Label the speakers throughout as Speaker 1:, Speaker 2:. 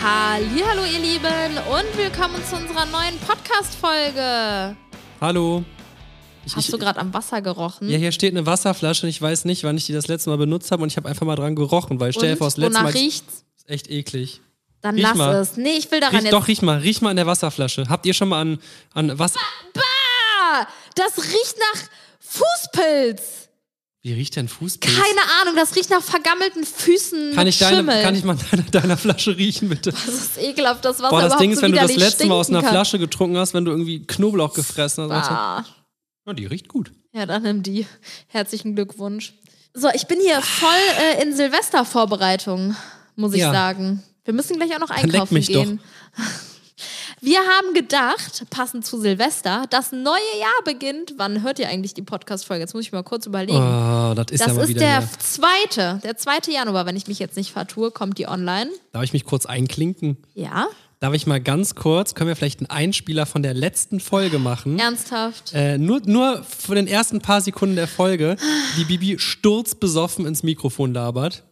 Speaker 1: Hallo, ihr Lieben und willkommen zu unserer neuen Podcast-Folge.
Speaker 2: Hallo. Ich-
Speaker 1: Hast
Speaker 2: ich-
Speaker 1: du gerade am Wasser gerochen?
Speaker 2: Ja, hier steht eine Wasserflasche und ich weiß nicht, wann ich die das letzte Mal benutzt habe und ich habe einfach mal dran gerochen, weil stell dir
Speaker 1: und
Speaker 2: vor, das letzte
Speaker 1: wonach
Speaker 2: Mal
Speaker 1: riecht's?
Speaker 2: ist echt eklig.
Speaker 1: Dann
Speaker 2: Riech
Speaker 1: lass
Speaker 2: mal.
Speaker 1: es. Nee, ich will daran
Speaker 2: Riech,
Speaker 1: jetzt.
Speaker 2: doch, riech mal, riech mal an der Wasserflasche. Habt ihr schon mal an, an was?
Speaker 1: Ah, das riecht nach Fußpilz.
Speaker 2: Wie riecht denn Fußpilz?
Speaker 1: Keine Ahnung, das riecht nach vergammelten Füßen.
Speaker 2: kann
Speaker 1: mit
Speaker 2: ich, deine,
Speaker 1: Schimmel.
Speaker 2: kann ich mal deiner, deiner Flasche riechen, bitte?
Speaker 1: das ist ekelhaft, das Wasser
Speaker 2: Boah, das
Speaker 1: überhaupt
Speaker 2: Ding ist,
Speaker 1: so
Speaker 2: wenn du das
Speaker 1: widerlich
Speaker 2: letzte Mal aus einer
Speaker 1: stinken kann.
Speaker 2: Flasche getrunken hast, wenn du irgendwie Knoblauch gefressen hast. Ah.
Speaker 1: Ah.
Speaker 2: Ja, die riecht gut.
Speaker 1: Ja, dann nimm die. Herzlichen Glückwunsch. So, ich bin hier voll äh, in Silvestervorbereitung, muss ich
Speaker 2: Ja.
Speaker 1: sagen. Wir müssen gleich auch noch
Speaker 2: leck
Speaker 1: einkaufen
Speaker 2: mich doch.
Speaker 1: gehen. Wir haben gedacht, passend zu Silvester, das neue Jahr beginnt. Wann hört ihr eigentlich die Podcast-Folge? Jetzt muss ich mal kurz überlegen.
Speaker 2: Oh, das ist ja
Speaker 1: das
Speaker 2: mal
Speaker 1: ist
Speaker 2: wieder.
Speaker 1: der
Speaker 2: her.
Speaker 1: zweite, der zweite Januar, wenn ich mich jetzt nicht vertue, kommt die online.
Speaker 2: Darf ich mich kurz einklinken?
Speaker 1: Ja,
Speaker 2: Darf ich mal ganz kurz, können wir vielleicht einen Einspieler von der letzten Folge machen?
Speaker 1: ernsthaft.
Speaker 2: Äh, nur, nur von den ersten paar Sekunden der Folge, die Bibi sturzbesoffen ins Mikrofon labert.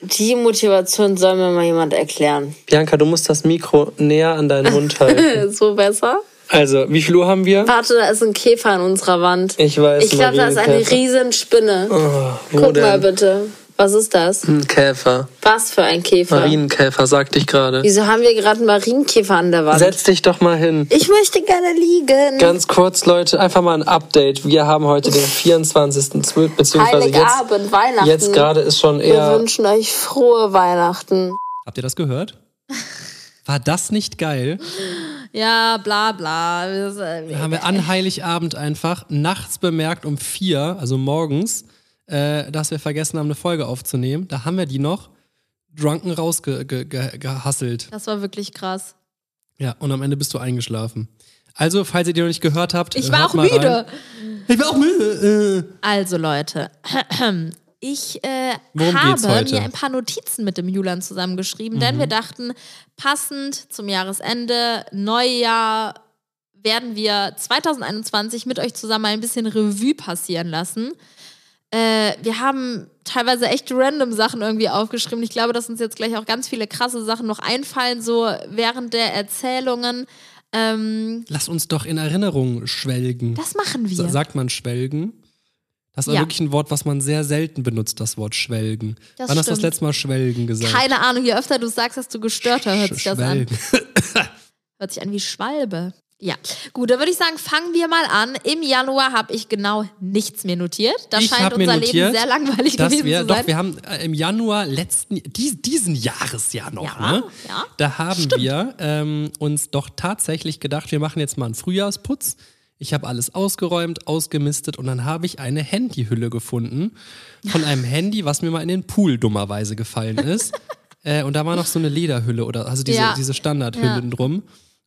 Speaker 3: Die Motivation soll mir mal jemand erklären.
Speaker 2: Bianca, du musst das Mikro näher an deinen Mund halten.
Speaker 3: So besser?
Speaker 2: Also, wie viel Uhr haben wir?
Speaker 3: Warte, da ist ein Käfer an unserer Wand.
Speaker 2: Ich weiß,
Speaker 3: Ich glaube, da ist eine riesen Spinne.
Speaker 4: Oh, Wo
Speaker 3: Guck
Speaker 4: denn?
Speaker 3: mal bitte. Was ist das?
Speaker 4: Ein Käfer.
Speaker 3: Was für ein Käfer?
Speaker 4: Marienkäfer, sagte ich gerade.
Speaker 3: Wieso haben wir gerade einen Marienkäfer an der Wand?
Speaker 4: Setz dich doch mal hin.
Speaker 3: ich möchte gerne liegen.
Speaker 4: Ganz kurz, Leute, einfach mal ein Update. Wir haben heute den 24.12. beziehungsweise also jetzt,
Speaker 3: Heiligabend, Weihnachten.
Speaker 4: jetzt gerade ist schon
Speaker 3: Wir
Speaker 4: eher...
Speaker 3: wünschen euch frohe Weihnachten.
Speaker 2: Habt ihr das gehört? War das nicht geil?
Speaker 1: Ja, bla bla. Das, äh,
Speaker 2: Da haben wir an Heiligabend einfach nachts bemerkt um vier, also morgens, äh, dass wir vergessen haben, eine Folge aufzunehmen. Da haben wir die noch drunken rausgehasselt. Ge ge gehasselt.
Speaker 1: das war wirklich krass.
Speaker 2: Ja, und am Ende bist du eingeschlafen. Also, falls ihr die noch nicht gehört habt, äh,
Speaker 1: Ich war
Speaker 2: hört
Speaker 1: auch
Speaker 2: mal
Speaker 1: müde.
Speaker 2: Rein. Ich war auch müde. äh.
Speaker 1: Also Leute, ich äh,
Speaker 2: Worum geht's
Speaker 1: habe
Speaker 2: heute? Mhm.
Speaker 1: mir ein paar Notizen mit dem Julian zusammengeschrieben, denn wir dachten, passend zum Jahresende, Neujahr, werden wir 2021 mit euch zusammen mal ein bisschen Revue passieren lassen. Äh, wir haben teilweise echt random Sachen irgendwie aufgeschrieben. Ich glaube, dass uns jetzt gleich auch ganz viele krasse Sachen noch einfallen, so während der Erzählungen. Ähm,
Speaker 2: Äh. Lass uns doch in Erinnerung schwelgen.
Speaker 1: das machen
Speaker 2: Sa-
Speaker 1: wir.
Speaker 2: Sagt man schwelgen? Das ist
Speaker 1: Ja.
Speaker 2: wirklich ein Wort, was man sehr selten benutzt, das Wort schwelgen.
Speaker 1: Das
Speaker 2: Wann hast du das
Speaker 1: stimmt.
Speaker 2: letzte Mal schwelgen gesagt?
Speaker 1: Keine Ahnung, je öfter du es sagst, desto gestörter hört sich das an.
Speaker 2: schwelgen.
Speaker 1: Hört sich an wie Schwalbe. Ja, gut, dann würde ich sagen, fangen wir mal an. Im Januar habe ich genau nichts mehr notiert. Da
Speaker 2: Ich
Speaker 1: scheint
Speaker 2: hab mir
Speaker 1: unser Leben
Speaker 2: notiert,
Speaker 1: sehr langweilig
Speaker 2: Dass
Speaker 1: gewesen
Speaker 2: wir,
Speaker 1: zu sein.
Speaker 2: doch, wir haben äh, im Januar letzten, dies, diesen Jahres ja noch,
Speaker 1: Ja,
Speaker 2: ne?
Speaker 1: ja.
Speaker 2: Da haben wir ähm, uns doch tatsächlich gedacht, wir machen jetzt mal einen Frühjahrsputz. Ich habe alles ausgeräumt, ausgemistet und dann habe ich eine Handyhülle gefunden von einem Handy, was mir mal in den Pool dummerweise gefallen ist. äh, und da war noch so eine Lederhülle oder also diese,
Speaker 1: Ja.
Speaker 2: diese Standardhüllen
Speaker 1: Ja.
Speaker 2: drum.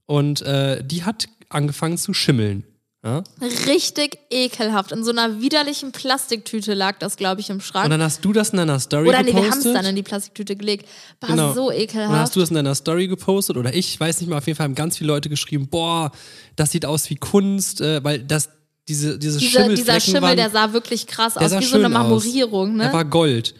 Speaker 2: Und äh, die hat angefangen zu schimmeln. Ja?
Speaker 1: Richtig ekelhaft. In so einer widerlichen Plastiktüte lag das, glaube ich, im Schrank.
Speaker 2: Und dann hast du das in deiner Story
Speaker 1: Oder nee,
Speaker 2: gepostet.
Speaker 1: wir haben es dann in die Plastiktüte gelegt. War
Speaker 2: Genau.
Speaker 1: Also so
Speaker 2: Und dann hast
Speaker 1: ekelhaft.
Speaker 2: du das in deiner Story gepostet oder ich, weiß nicht mal, auf jeden Fall haben ganz viele Leute geschrieben, boah, das sieht aus wie Kunst, äh, weil das, diese,
Speaker 1: Diese,
Speaker 2: diese
Speaker 1: dieser
Speaker 2: Schimmelflecken
Speaker 1: Schimmel,
Speaker 2: waren,
Speaker 1: der sah wirklich krass
Speaker 2: der
Speaker 1: aus,
Speaker 2: sah
Speaker 1: wie so eine
Speaker 2: schön aus.
Speaker 1: Marmorierung.
Speaker 2: der
Speaker 1: Ne?
Speaker 2: war Gold.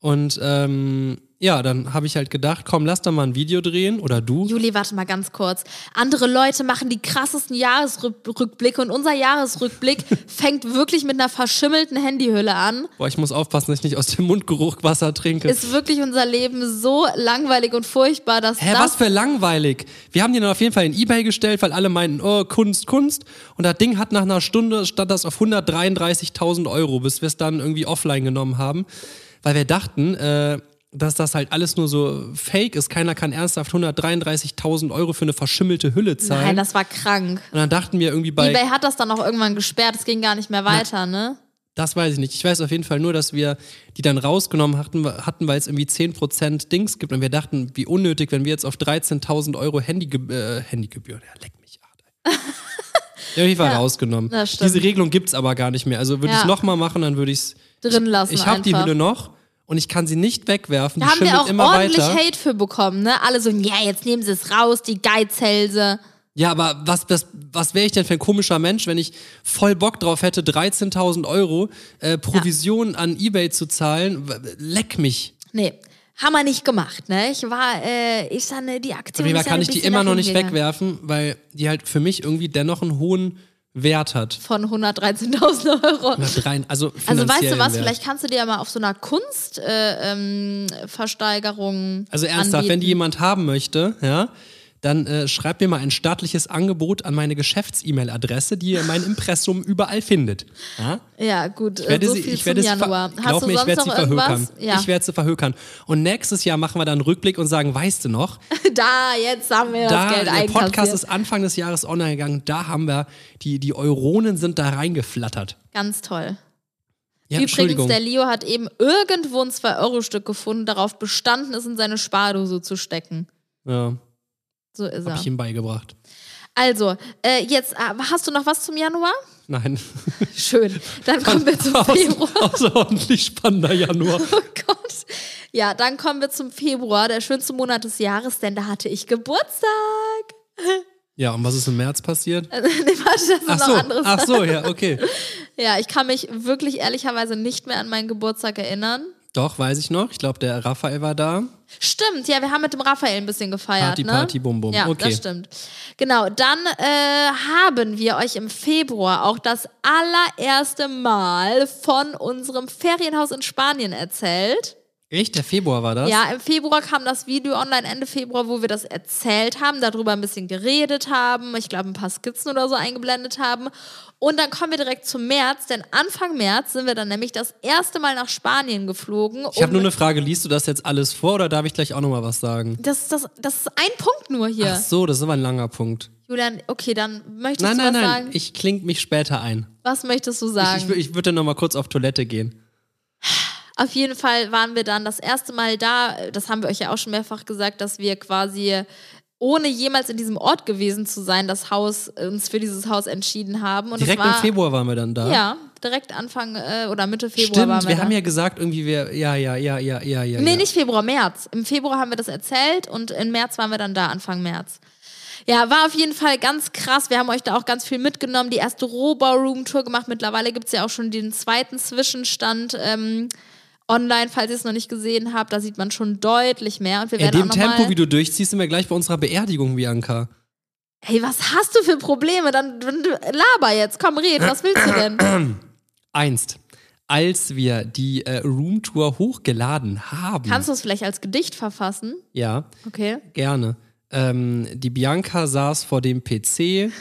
Speaker 2: Und ähm, ja, dann habe ich halt gedacht, komm, lass doch mal ein Video drehen oder du.
Speaker 1: Juli, warte mal ganz kurz. Andere Leute machen die krassesten Jahresrückblicke und unser Jahresrückblick fängt wirklich mit einer verschimmelten Handyhülle an.
Speaker 2: Boah, ich muss aufpassen, dass ich nicht aus dem Mundgeruch Wasser trinke.
Speaker 1: Ist wirklich unser Leben so langweilig und furchtbar, dass
Speaker 2: Hä,
Speaker 1: das
Speaker 2: was für langweilig. Wir haben die dann auf jeden Fall in Ebay gestellt, weil alle meinten, oh, Kunst, Kunst. Und das Ding hat nach einer Stunde, stand das auf 133.000 Euro, bis wir es dann irgendwie offline genommen haben. Weil wir dachten, äh, dass das halt alles nur so fake ist. Keiner kann ernsthaft 133.000 Euro für eine verschimmelte Hülle zahlen.
Speaker 1: Nein, das war krank.
Speaker 2: Und dann dachten wir irgendwie bei,
Speaker 1: eBay hat das dann auch irgendwann gesperrt, es ging gar nicht mehr weiter, ne?
Speaker 2: das weiß ich nicht. Ich weiß auf jeden Fall nur, dass wir die dann rausgenommen hatten, hatten weil es irgendwie 10% Dings gibt. Und wir dachten, wie unnötig, wenn wir jetzt auf 13.000 Euro Handyge äh, Handygebühren, ja, leck mich ab. Ja, die war rausgenommen.
Speaker 1: das stimmt.
Speaker 2: Diese Regelung gibt es aber gar nicht mehr. Also würde ich
Speaker 1: Ja.
Speaker 2: es nochmal machen, dann würde ich es
Speaker 1: Drin lassen
Speaker 2: Ich habe die
Speaker 1: einfach.
Speaker 2: Hülle noch und ich kann sie nicht wegwerfen.
Speaker 1: Da
Speaker 2: die
Speaker 1: haben wir
Speaker 2: schimmelt
Speaker 1: auch
Speaker 2: immer
Speaker 1: ordentlich
Speaker 2: weiter.
Speaker 1: Hate für bekommen, ne? Alle so, ja, jetzt nehmen sie es raus, die Geizhälse.
Speaker 2: Ja, aber was, das, was wäre ich denn für ein komischer Mensch, wenn ich voll Bock drauf hätte, 13.000 Euro äh, Provision an Ebay zu zahlen? W- Leck mich.
Speaker 1: Nee, Haben wir nicht gemacht, ne? Ich war, äh, ich dann, äh, die Aktion.
Speaker 2: Auf jeden Fall
Speaker 1: ist ja
Speaker 2: kann
Speaker 1: ein
Speaker 2: ich die
Speaker 1: bisschen
Speaker 2: immer noch
Speaker 1: dahin
Speaker 2: nicht
Speaker 1: gegangen.
Speaker 2: wegwerfen, weil die halt für mich irgendwie dennoch einen hohen Wert hat.
Speaker 1: Von 113.000 Euro.
Speaker 2: Nach Rein, also,
Speaker 1: Also weißt du
Speaker 2: finanziellen
Speaker 1: was,
Speaker 2: Wert.
Speaker 1: vielleicht kannst du dir ja mal auf so einer Kunstversteigerung äh, ähm, Versteigerung
Speaker 2: Also ernsthaft,
Speaker 1: anbieten.
Speaker 2: wenn die jemand haben möchte, ja, dann äh, schreibt mir mal ein staatliches Angebot an meine Geschäfts-E-Mail-Adresse, die ihr in meinem Impressum überall findet. Ja?
Speaker 1: Ja, gut,
Speaker 2: Ich werde
Speaker 1: Äh, so
Speaker 2: sie,
Speaker 1: viel
Speaker 2: ich
Speaker 1: zum
Speaker 2: werde sie,
Speaker 1: Januar.
Speaker 2: ver-
Speaker 1: Hast
Speaker 2: glaub
Speaker 1: du
Speaker 2: mir, ich
Speaker 1: sonst
Speaker 2: werde sie
Speaker 1: noch irgendwas?
Speaker 2: verhökern.
Speaker 1: Ja.
Speaker 2: Ich werde sie verhökern. Und nächstes Jahr machen wir dann einen Rückblick und sagen, weißt du noch,
Speaker 1: da, jetzt haben wir das
Speaker 2: da,
Speaker 1: Geld
Speaker 2: der Podcast
Speaker 1: einkassiert.
Speaker 2: ist Anfang des Jahres online gegangen, da haben wir, die, die Euronen sind da reingeflattert.
Speaker 1: Ganz toll.
Speaker 2: Ja,
Speaker 1: Übrigens,
Speaker 2: Entschuldigung.
Speaker 1: der Leo hat eben irgendwo ein 2-Euro-Stück gefunden, darauf bestanden ist, in seine Spardose zu stecken.
Speaker 2: Ja,
Speaker 1: So ist
Speaker 2: hab
Speaker 1: er.
Speaker 2: ich ihm beigebracht.
Speaker 1: Also, äh, jetzt, äh, hast du noch was zum Januar?
Speaker 2: Nein.
Speaker 1: Schön. Dann kommen wir zum Februar.
Speaker 2: Außerordentlich spannender Januar.
Speaker 1: Oh Gott. Ja, dann kommen wir zum Februar, der schönste Monat des Jahres, denn da hatte ich Geburtstag.
Speaker 2: Ja, und was ist im März passiert?
Speaker 1: nee, warte, das ist
Speaker 2: Ach
Speaker 1: noch
Speaker 2: so,
Speaker 1: anderes.
Speaker 2: ach so, ja, okay.
Speaker 1: Ja, ich kann mich wirklich ehrlicherweise nicht mehr an meinen Geburtstag erinnern.
Speaker 2: Doch, weiß ich noch. Ich glaube, der Raphael war da.
Speaker 1: Stimmt, ja, wir haben mit dem Raphael ein bisschen gefeiert.
Speaker 2: Party,
Speaker 1: ne?
Speaker 2: Party, Bum, Bum.
Speaker 1: Ja,
Speaker 2: Okay.
Speaker 1: das stimmt. Genau, dann äh, haben wir euch im Februar auch das allererste Mal von unserem Ferienhaus in Spanien erzählt.
Speaker 2: Echt? Der Februar war das?
Speaker 1: Ja, im Februar kam das Video online, Ende Februar, wo wir das erzählt haben, darüber ein bisschen geredet haben, ich glaube ein paar Skizzen oder so eingeblendet haben. Und dann kommen wir direkt zum März, denn Anfang März sind wir dann nämlich das erste Mal nach Spanien geflogen.
Speaker 2: Ich habe
Speaker 1: um-
Speaker 2: nur eine Frage. Liest du das jetzt alles vor oder darf ich gleich auch nochmal was sagen?
Speaker 1: das, ist das, das ist ein Punkt nur hier.
Speaker 2: Ach so, das ist aber ein langer Punkt.
Speaker 1: Julian, okay, dann möchtest
Speaker 2: Nein,
Speaker 1: du
Speaker 2: nein,
Speaker 1: was
Speaker 2: nein.
Speaker 1: sagen?
Speaker 2: Ich kling mich später ein.
Speaker 1: was möchtest du
Speaker 2: Ich,
Speaker 1: sagen?
Speaker 2: ich, wür- ich würde nochmal kurz auf Toilette gehen.
Speaker 1: Auf jeden Fall waren wir dann das erste Mal da. Das haben wir euch ja auch schon mehrfach gesagt, dass wir quasi ohne jemals in diesem Ort gewesen zu sein, das Haus uns für dieses Haus entschieden haben. Und
Speaker 2: Direkt
Speaker 1: das war,
Speaker 2: im Februar waren wir dann da.
Speaker 1: Ja, direkt Anfang äh, oder Mitte Februar
Speaker 2: Stimmt,
Speaker 1: waren wir,
Speaker 2: wir
Speaker 1: da.
Speaker 2: haben ja gesagt, irgendwie wir. Ja, ja, ja, ja, ja, ja.
Speaker 1: Nee,
Speaker 2: ja.
Speaker 1: nicht Februar, März. Im Februar haben wir das erzählt und im März waren wir dann da, Anfang März. Ja, war auf jeden Fall ganz krass. Wir haben euch da auch ganz viel mitgenommen. Die erste Rohbauroom-Tour gemacht. Mittlerweile gibt es ja auch schon den zweiten Zwischenstand ähm, online, falls ihr es noch nicht gesehen habt. Da sieht man schon deutlich mehr. Und wir
Speaker 2: In
Speaker 1: werden
Speaker 2: dem
Speaker 1: auch noch
Speaker 2: Tempo,
Speaker 1: mal
Speaker 2: wie du durchziehst, sind wir gleich bei unserer Beerdigung, Bianca.
Speaker 1: Hey, was hast du für Probleme? Dann dann laber jetzt. Komm, red. Was willst du denn?
Speaker 2: Einst, als wir die äh, Roomtour hochgeladen haben.
Speaker 1: Kannst du es vielleicht als Gedicht verfassen?
Speaker 2: ja.
Speaker 1: Okay.
Speaker 2: Gerne. Ähm, die Bianca saß vor dem PC.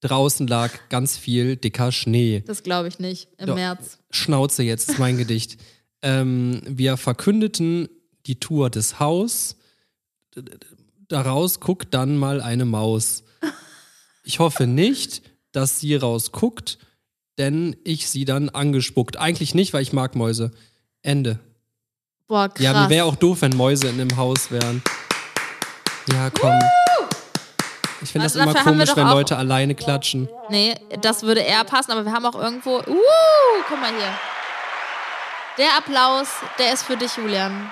Speaker 2: Draußen lag ganz viel dicker Schnee.
Speaker 1: Das glaube ich nicht. Im
Speaker 2: Doch.
Speaker 1: März.
Speaker 2: Schnauze jetzt, ist mein Gedicht. Ähm, wir verkündeten die Tour des Haus. Daraus guckt dann mal eine Maus. Ich hoffe nicht, dass sie rausguckt, denn ich sie dann angespuckt. Eigentlich nicht, weil ich mag Mäuse. Ende.
Speaker 1: Boah, krass.
Speaker 2: Ja, wäre auch doof, wenn Mäuse in einem Haus wären. Ja, komm. Ich finde das
Speaker 1: Also
Speaker 2: immer
Speaker 1: dafür haben wir
Speaker 2: komisch,
Speaker 1: doch
Speaker 2: wenn
Speaker 1: auch-
Speaker 2: Leute alleine klatschen.
Speaker 1: Nee, das würde eher passen, aber wir haben auch irgendwo. Uh, guck mal hier. Der Applaus, der ist für dich, Julian.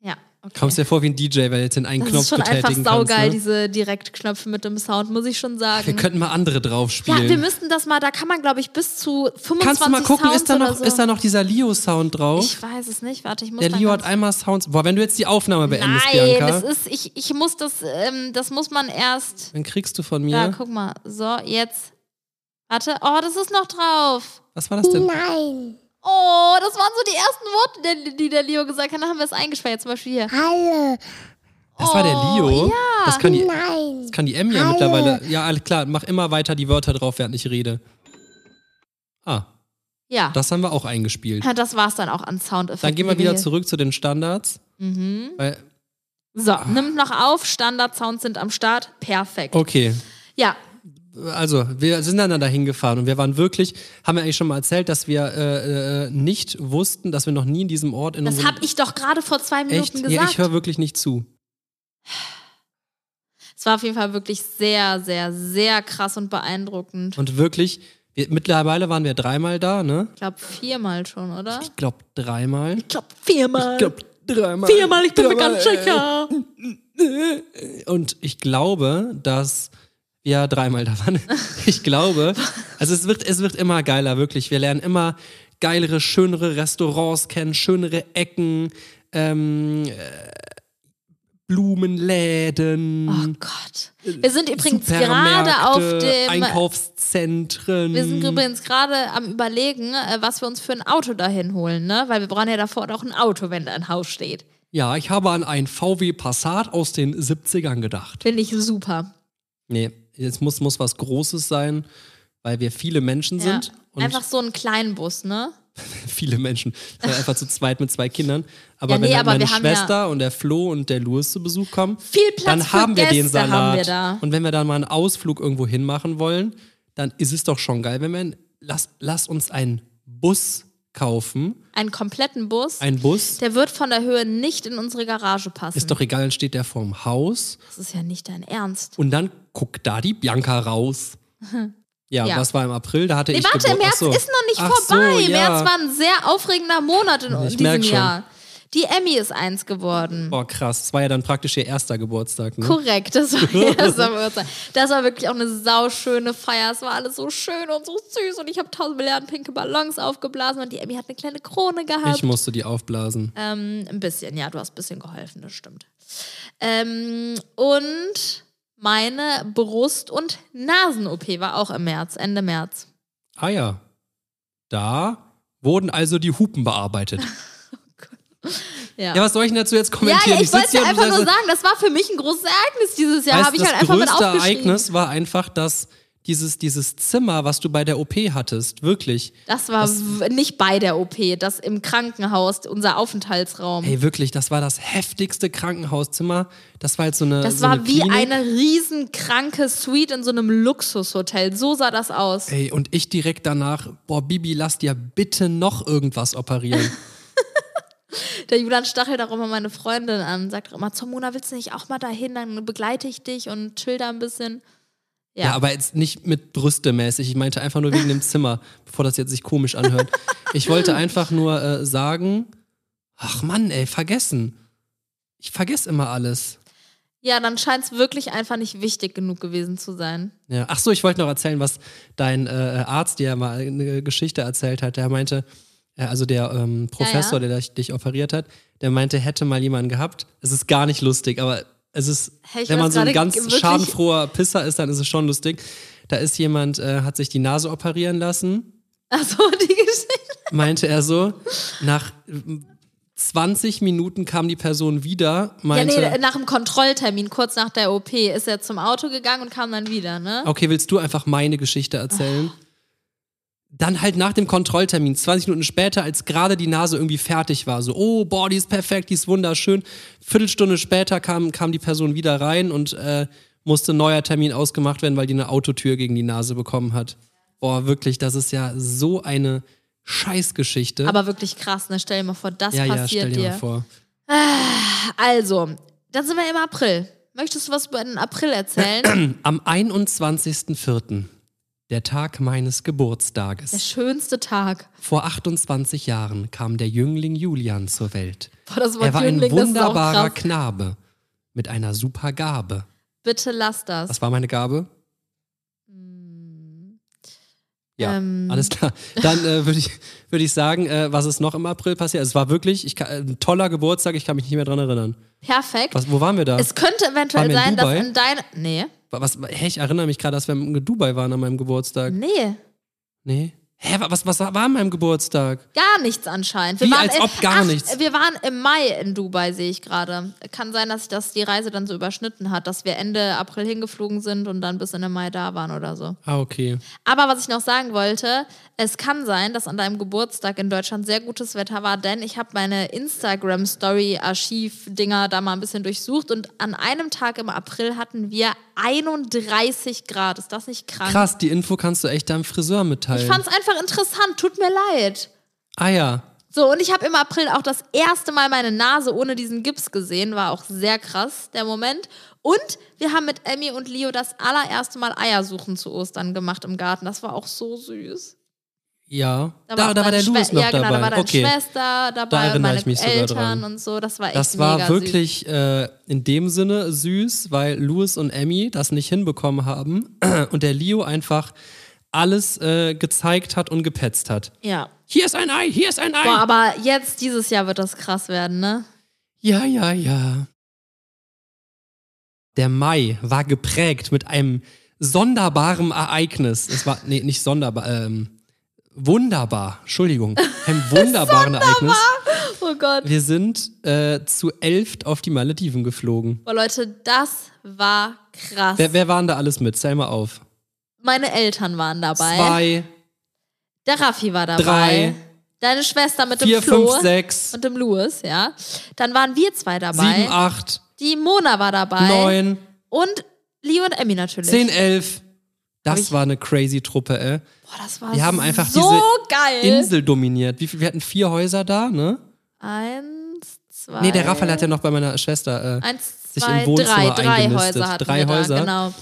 Speaker 1: Ja, okay.
Speaker 2: Kommst dir vor wie ein DJ, weil du jetzt den einen
Speaker 1: das
Speaker 2: Knopf
Speaker 1: ist schon einfach
Speaker 2: betätigen
Speaker 1: saugeil,
Speaker 2: kannst. Ne?
Speaker 1: diese Direktknöpfe mit dem Sound, muss ich schon sagen.
Speaker 2: Wir könnten mal andere drauf
Speaker 1: Mhm. ja,
Speaker 2: spielen.
Speaker 1: wir müssten das mal, da kann man, glaube ich, bis zu 25
Speaker 2: Kannst du mal gucken,
Speaker 1: Sounds
Speaker 2: ist da, noch,
Speaker 1: oder so.
Speaker 2: ist da noch dieser Leo-Sound drauf?
Speaker 1: ich weiß es nicht, warte, ich muss
Speaker 2: Der
Speaker 1: mal
Speaker 2: Leo hat
Speaker 1: ganz-
Speaker 2: einmal Sounds. Boah, wenn du jetzt die Aufnahme beendest,
Speaker 1: Nein,
Speaker 2: Bianca,
Speaker 1: das ist, ich, ich muss das, ähm, das muss man erst.
Speaker 2: dann kriegst du von
Speaker 1: Ja,
Speaker 2: mir.
Speaker 1: guck mal. So, jetzt. Warte. Oh, das ist noch drauf.
Speaker 2: was war das denn?
Speaker 5: Nein.
Speaker 1: Oh, das waren so die ersten Worte, die, die der Leo gesagt hat. Dann haben wir es eingespeichert, zum Beispiel hier.
Speaker 5: Alle.
Speaker 2: Das war der
Speaker 1: Oh,
Speaker 2: Leo.
Speaker 1: ja.
Speaker 2: Das kann die,
Speaker 5: Nein.
Speaker 2: das kann die M ja
Speaker 5: Hallo.
Speaker 2: mittlerweile. Ja, alles klar, mach immer weiter die Wörter drauf, während ich rede. Ah,
Speaker 1: Ja.
Speaker 2: das haben wir auch eingespielt.
Speaker 1: Ja, das war's dann auch an Soundeffekten.
Speaker 2: Dann gehen wir wieder
Speaker 1: die
Speaker 2: zurück zu den Standards.
Speaker 1: Mhm.
Speaker 2: Weil,
Speaker 1: So, nimmt noch auf. Standard-Sounds sind am Start. Perfekt.
Speaker 2: okay,
Speaker 1: Ja.
Speaker 2: also wir sind dann dahin gefahren und wir waren wirklich, haben wir eigentlich schon mal erzählt, dass wir äh, äh, nicht wussten, dass wir noch nie in diesem Ort in
Speaker 1: Das
Speaker 2: unserem
Speaker 1: habe ich doch gerade vor zwei
Speaker 2: echt,
Speaker 1: Minuten
Speaker 2: ja,
Speaker 1: gesagt.
Speaker 2: ich höre wirklich nicht zu.
Speaker 1: es war auf jeden Fall wirklich sehr, sehr, sehr krass und beeindruckend.
Speaker 2: Und wirklich, wir, mittlerweile waren wir dreimal da, ne?
Speaker 1: Ich glaube viermal schon, oder?
Speaker 2: Ich glaube dreimal. Ich
Speaker 1: glaube viermal.
Speaker 2: glaube dreimal.
Speaker 1: viermal, ich bin mir
Speaker 2: Dreimal,
Speaker 1: ganz sicher.
Speaker 2: äh, Und ich glaube, dass wir dreimal da waren. Ich glaube, also es wird, es wird immer geiler, wirklich. Wir lernen immer geilere, schönere Restaurants kennen, schönere Ecken. ähm, äh, Blumenläden.
Speaker 1: Oh Gott. Wir sind übrigens
Speaker 2: Supermärkte,
Speaker 1: gerade auf dem.
Speaker 2: Einkaufszentren.
Speaker 1: Wir sind übrigens gerade am Überlegen, äh, was wir uns für ein Auto dahin holen, ne? Weil wir brauchen ja davor auch ein Auto, wenn da ein Haus steht.
Speaker 2: ja, ich habe an ein VW Passat aus den 70ern gedacht.
Speaker 1: Finde ich super.
Speaker 2: Nee, jetzt muss, muss was Großes sein, weil wir viele Menschen
Speaker 1: Ja.
Speaker 2: sind. Und
Speaker 1: Einfach so ein Kleinbus, ne?
Speaker 2: viele Menschen. Ich war einfach zu zweit mit zwei Kindern. Aber
Speaker 1: Ja, nee,
Speaker 2: wenn halt
Speaker 1: aber
Speaker 2: meine
Speaker 1: wir haben
Speaker 2: Schwester und der Flo und der Louis zu Besuch kommen,
Speaker 1: Viel Platz
Speaker 2: dann
Speaker 1: für
Speaker 2: haben wir
Speaker 1: Gäste
Speaker 2: den Salat.
Speaker 1: haben wir da.
Speaker 2: Und wenn wir dann mal einen Ausflug irgendwo hinmachen wollen, dann ist es doch schon geil, wenn wir lass, lass uns einen Bus kaufen.
Speaker 1: Einen kompletten Bus.
Speaker 2: Ein Bus
Speaker 1: der wird von der Höhe nicht in unsere Garage passen.
Speaker 2: ist doch egal, dann steht der vorm Haus
Speaker 1: das ist ja nicht dein Ernst.
Speaker 2: und dann guckt da die Bianca raus. Ja,
Speaker 1: Ja.
Speaker 2: was war im April? Da hatte
Speaker 1: Nee,
Speaker 2: ich
Speaker 1: warte,
Speaker 2: Geburt.
Speaker 1: März
Speaker 2: Ach so.
Speaker 1: ist noch nicht
Speaker 2: Ach
Speaker 1: vorbei.
Speaker 2: So, ja.
Speaker 1: März war ein sehr aufregender Monat in
Speaker 2: Ich merk
Speaker 1: diesem
Speaker 2: schon.
Speaker 1: Jahr. Die Emmy ist eins geworden.
Speaker 2: Boah, Oh, krass. Das war ja dann praktisch ihr erster Geburtstag. Ne?
Speaker 1: Korrekt, das war, ja, das, war wirklich- das war wirklich auch eine sauschöne Feier. Es war alles so schön und so süß und ich habe tausend Milliarden pinke Ballons aufgeblasen und die Emmy hat eine kleine Krone gehabt.
Speaker 2: Ich musste die aufblasen.
Speaker 1: Ähm, ein bisschen, ja, du hast ein bisschen geholfen, das stimmt. Ähm, und meine Brust- und Nasen-OP war auch im März, Ende März.
Speaker 2: Ah ja. Da wurden also die Hupen bearbeitet.
Speaker 1: Oh Ja.
Speaker 2: Ja, was soll ich denn dazu jetzt kommentieren?
Speaker 1: Ja, ja, ich
Speaker 2: sitz
Speaker 1: wollte
Speaker 2: hier und
Speaker 1: einfach
Speaker 2: du
Speaker 1: nur
Speaker 2: sagst,
Speaker 1: sagen, das war für mich ein großes Ereignis dieses Jahr.
Speaker 2: weißt,
Speaker 1: Habe ich
Speaker 2: das
Speaker 1: halt einfach mit
Speaker 2: größte
Speaker 1: aufgeschrieben.
Speaker 2: Ereignis war einfach, dass dieses, dieses Zimmer, was du bei der OP hattest, wirklich.
Speaker 1: Das war w- nicht bei der OP, das im Krankenhaus, unser Aufenthaltsraum.
Speaker 2: Ey, wirklich, das war das heftigste Krankenhauszimmer. Das war halt so eine.
Speaker 1: das
Speaker 2: so
Speaker 1: war
Speaker 2: eine
Speaker 1: wie
Speaker 2: Klinik.
Speaker 1: eine riesenkranke Suite in so einem Luxushotel. So sah das aus.
Speaker 2: Ey, und ich direkt danach, boah, Bibi, lass dir bitte noch irgendwas operieren.
Speaker 1: Der Julian stachelt auch immer meine Freundin an, sagt auch immer, zur Mona willst du nicht auch mal dahin, dann begleite ich dich und chill da ein bisschen. Ja,
Speaker 2: Ja, aber jetzt nicht mit Brüste mäßig. Ich meinte einfach nur wegen dem Zimmer, bevor das jetzt sich komisch anhört. Ich wollte einfach nur äh, sagen, ach Mann, ey, vergessen. Ich vergesse immer alles.
Speaker 1: ja dann scheint es wirklich einfach nicht wichtig genug gewesen zu sein.
Speaker 2: Ja. Ach so, ich wollte noch erzählen, was dein äh, Arzt dir mal eine Geschichte erzählt hat. Der meinte, äh, also der ähm, Professor, der dich- dich operiert hat, der meinte, hätte mal jemanden gehabt. Es ist gar nicht lustig, aber es ist,
Speaker 1: Hä, ich
Speaker 2: wenn
Speaker 1: weiß
Speaker 2: man so ein
Speaker 1: gerade
Speaker 2: ganz
Speaker 1: wirklich-
Speaker 2: schadenfroher Pisser ist, dann ist es schon lustig. Da ist jemand, äh, hat sich die Nase operieren lassen.
Speaker 1: Achso, die Geschichte.
Speaker 2: meinte er so, nach ähm, 20 Minuten kam die Person wieder,
Speaker 1: Ja,
Speaker 2: meinte,
Speaker 1: nee, äh, nach dem Kontrolltermin, kurz nach der OP, ist er zum Auto gegangen und kam dann wieder, ne?
Speaker 2: okay, willst du einfach meine Geschichte erzählen? Dann halt nach dem Kontrolltermin, 20 Minuten später, als gerade die Nase irgendwie fertig war, so, oh, boah, die ist perfekt, die ist wunderschön. Viertelstunde später kam, kam die Person wieder rein und äh, musste ein neuer Termin ausgemacht werden, weil die eine Autotür gegen die Nase bekommen hat. Boah, wirklich, das ist ja so eine Scheißgeschichte.
Speaker 1: Aber wirklich krass, ne? Stell dir mal vor, das
Speaker 2: ja, ja,
Speaker 1: passiert
Speaker 2: stell dir,
Speaker 1: dir.
Speaker 2: mal vor.
Speaker 1: Also, dann sind wir im April. Möchtest du was über den April erzählen?
Speaker 2: Am 21.04., der Tag meines
Speaker 1: Der
Speaker 2: Geburtstages,
Speaker 1: schönste Tag.
Speaker 2: vor 28 Jahren kam der Jüngling Julian zur Welt.
Speaker 1: Boah, das Wort
Speaker 2: Er war ein
Speaker 1: Jüngling, das ist auch
Speaker 2: wunderbarer
Speaker 1: krass.
Speaker 2: Knabe mit einer super Gabe.
Speaker 1: Bitte lass das.
Speaker 2: Was war meine Gabe? Ja,
Speaker 1: Mm. Ähm.
Speaker 2: alles klar. Dann äh, würde ich, würd ich sagen, äh, was ist noch im April passiert? Es war wirklich ich, kann- äh, ein toller Geburtstag, ich kann mich nicht mehr dran erinnern.
Speaker 1: Perfekt.
Speaker 2: Was, wo waren wir da?
Speaker 1: Es könnte eventuell
Speaker 2: Waren wir in
Speaker 1: sein,
Speaker 2: Dubai?
Speaker 1: dass in deiner. Nee,
Speaker 2: Was, hä, ich erinnere mich gerade, dass wir in Dubai waren an meinem Geburtstag.
Speaker 1: nee.
Speaker 2: Nee. Hä, wa- was, was war an meinem Geburtstag?
Speaker 1: Gar nichts anscheinend. Wir
Speaker 2: Wie,
Speaker 1: waren
Speaker 2: als
Speaker 1: in,
Speaker 2: ob gar
Speaker 1: ach,
Speaker 2: nichts?
Speaker 1: Wir waren im Mai in Dubai, sehe ich gerade. Kann sein, dass sich das die Reise dann so überschnitten hat, dass wir Ende April hingeflogen sind und dann bis Ende Mai da waren oder so.
Speaker 2: Ah, okay.
Speaker 1: Aber was ich noch sagen wollte, es kann sein, dass an deinem Geburtstag in Deutschland sehr gutes Wetter war, denn ich habe meine Instagram-Story-Archiv-Dinger da mal ein bisschen durchsucht und an einem Tag im April hatten wir 31 Grad. Ist das nicht krank?
Speaker 2: Krass, die Info kannst du echt deinem Friseur mitteilen.
Speaker 1: Ich fand's einfach interessant, tut mir leid.
Speaker 2: ah ja.
Speaker 1: So, und ich habe im April auch das erste Mal meine Nase ohne diesen Gips gesehen. War auch sehr krass, der Moment. Und wir haben mit Emmy und Leo das allererste Mal Eiersuchen zu Ostern gemacht im Garten. Das war auch so süß.
Speaker 2: Ja. Da, da, war
Speaker 1: auch
Speaker 2: der
Speaker 1: deine
Speaker 2: Louis
Speaker 1: Schwe-
Speaker 2: noch
Speaker 1: ja,
Speaker 2: dabei.
Speaker 1: Genau, da war deine
Speaker 2: okay.
Speaker 1: Schwester dabei,
Speaker 2: erinnere
Speaker 1: meine
Speaker 2: ich mich sogar
Speaker 1: Eltern
Speaker 2: dran.
Speaker 1: und so. Das war echt
Speaker 2: Das war
Speaker 1: mega süß.
Speaker 2: wirklich äh, in dem Sinne süß, weil Louis und Emmy das nicht hinbekommen haben und der Leo einfach alles äh, gezeigt hat und gepetzt hat.
Speaker 1: Ja.
Speaker 2: Hier ist ein Ei, hier ist ein Ei.
Speaker 1: Boah, aber jetzt, dieses Jahr wird das krass werden, ne?
Speaker 2: Ja, ja, ja. Der Mai war geprägt mit einem sonderbaren Ereignis. Es war, nee, nicht sonderbar, ähm, wunderbar, Entschuldigung, einem wunderbaren Ereignis.
Speaker 1: Oh Gott.
Speaker 2: Wir sind äh, zu elft auf die Malediven geflogen.
Speaker 1: Boah, Leute, das war krass.
Speaker 2: Wer, wer waren da alles mit? Zähl mal auf.
Speaker 1: Meine Eltern waren dabei.
Speaker 2: Zwei,
Speaker 1: Der Raffi war dabei.
Speaker 2: Drei.
Speaker 1: Deine Schwester mit
Speaker 2: vier,
Speaker 1: dem Flo
Speaker 2: fünf, sechs,
Speaker 1: und dem Louis, ja. Dann waren wir zwei dabei.
Speaker 2: sieben, acht,
Speaker 1: Die Mona war dabei.
Speaker 2: neun,
Speaker 1: Und Leo und Emmy natürlich.
Speaker 2: zehn, elf.
Speaker 1: Hab
Speaker 2: Das
Speaker 1: ich-
Speaker 2: war eine crazy Truppe, ey.
Speaker 1: Boah, das war
Speaker 2: Wir haben einfach
Speaker 1: so
Speaker 2: diese
Speaker 1: geil.
Speaker 2: Insel dominiert. Wie viel, wir hatten vier Häuser da, ne?
Speaker 1: Eins, zwei.
Speaker 2: Nee, der Raphael hat ja noch bei meiner Schwester. Äh,
Speaker 1: Eins,
Speaker 2: sich
Speaker 1: zwei,
Speaker 2: im Wohnzimmer
Speaker 1: drei. Drei
Speaker 2: eingenistet.
Speaker 1: Häuser hatten
Speaker 2: Drei
Speaker 1: wir
Speaker 2: Häuser.
Speaker 1: Da, genau.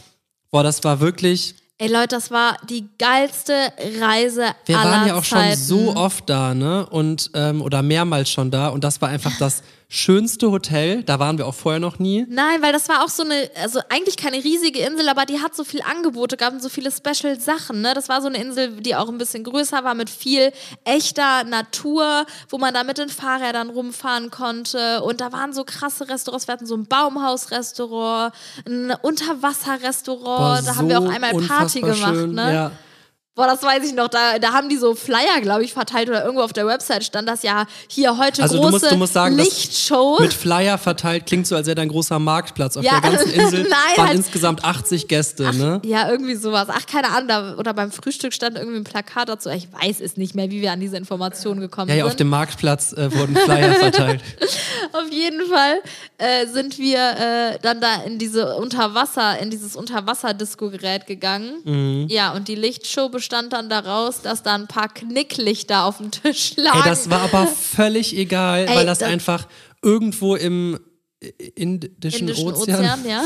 Speaker 2: boah, das war wirklich.
Speaker 1: Ey Leute, das war die geilste Reise
Speaker 2: Wir
Speaker 1: aller
Speaker 2: waren ja auch schon
Speaker 1: Zeiten.
Speaker 2: so oft da, ne? Und ähm, oder mehrmals schon da. Und das war einfach das schönste Hotel. Da waren wir auch vorher noch nie.
Speaker 1: Nein, weil das war auch so eine, also eigentlich keine riesige Insel, aber die hat so viel Angebote gehabt und so viele Special Sachen. Ne? Das war so eine Insel, die auch ein bisschen größer war, mit viel echter Natur, wo man da mit den Fahrrädern rumfahren konnte. Und da waren so krasse Restaurants. Wir hatten so ein Baumhausrestaurant, ein
Speaker 2: Boah,
Speaker 1: Unterwasserrestaurant. Da
Speaker 2: so
Speaker 1: haben wir auch einmal Party
Speaker 2: unfassbar
Speaker 1: gemacht.
Speaker 2: schön.
Speaker 1: Ne?
Speaker 2: Ja.
Speaker 1: Boah, das weiß ich noch. Da, da haben die so Flyer, glaube ich, verteilt oder irgendwo auf der Website stand das ja hier heute
Speaker 2: Also du
Speaker 1: große
Speaker 2: musst- du musst sagen, dass
Speaker 1: Lichtshow.
Speaker 2: Mit Flyer verteilt klingt so, als wäre da ein großer Marktplatz auf
Speaker 1: Ja,
Speaker 2: der ganzen Insel.
Speaker 1: nein,
Speaker 2: waren
Speaker 1: halt-
Speaker 2: insgesamt 80 Gäste, ne?
Speaker 1: Ja, irgendwie sowas. Ach, keine Ahnung. Da, oder beim Frühstück stand irgendwie ein Plakat dazu. Ich weiß es nicht mehr, wie wir an diese Informationen gekommen
Speaker 2: Ja, ja, auf
Speaker 1: sind.
Speaker 2: dem Marktplatz äh, wurden Flyer verteilt.
Speaker 1: Auf jeden Fall äh, sind wir äh, dann da in diese Unterwasser, in dieses Unterwasser-Disco-Gerät gegangen.
Speaker 2: Mhm.
Speaker 1: Ja, und die Lichtshow bestand dann daraus, dass da ein paar Knicklichter auf dem Tisch lagen.
Speaker 2: Ey, das war aber völlig egal,
Speaker 1: Ey,
Speaker 2: weil das
Speaker 1: das-
Speaker 2: einfach irgendwo im Indischen,
Speaker 1: Indischen
Speaker 2: Ozean,
Speaker 1: Ozean, ja.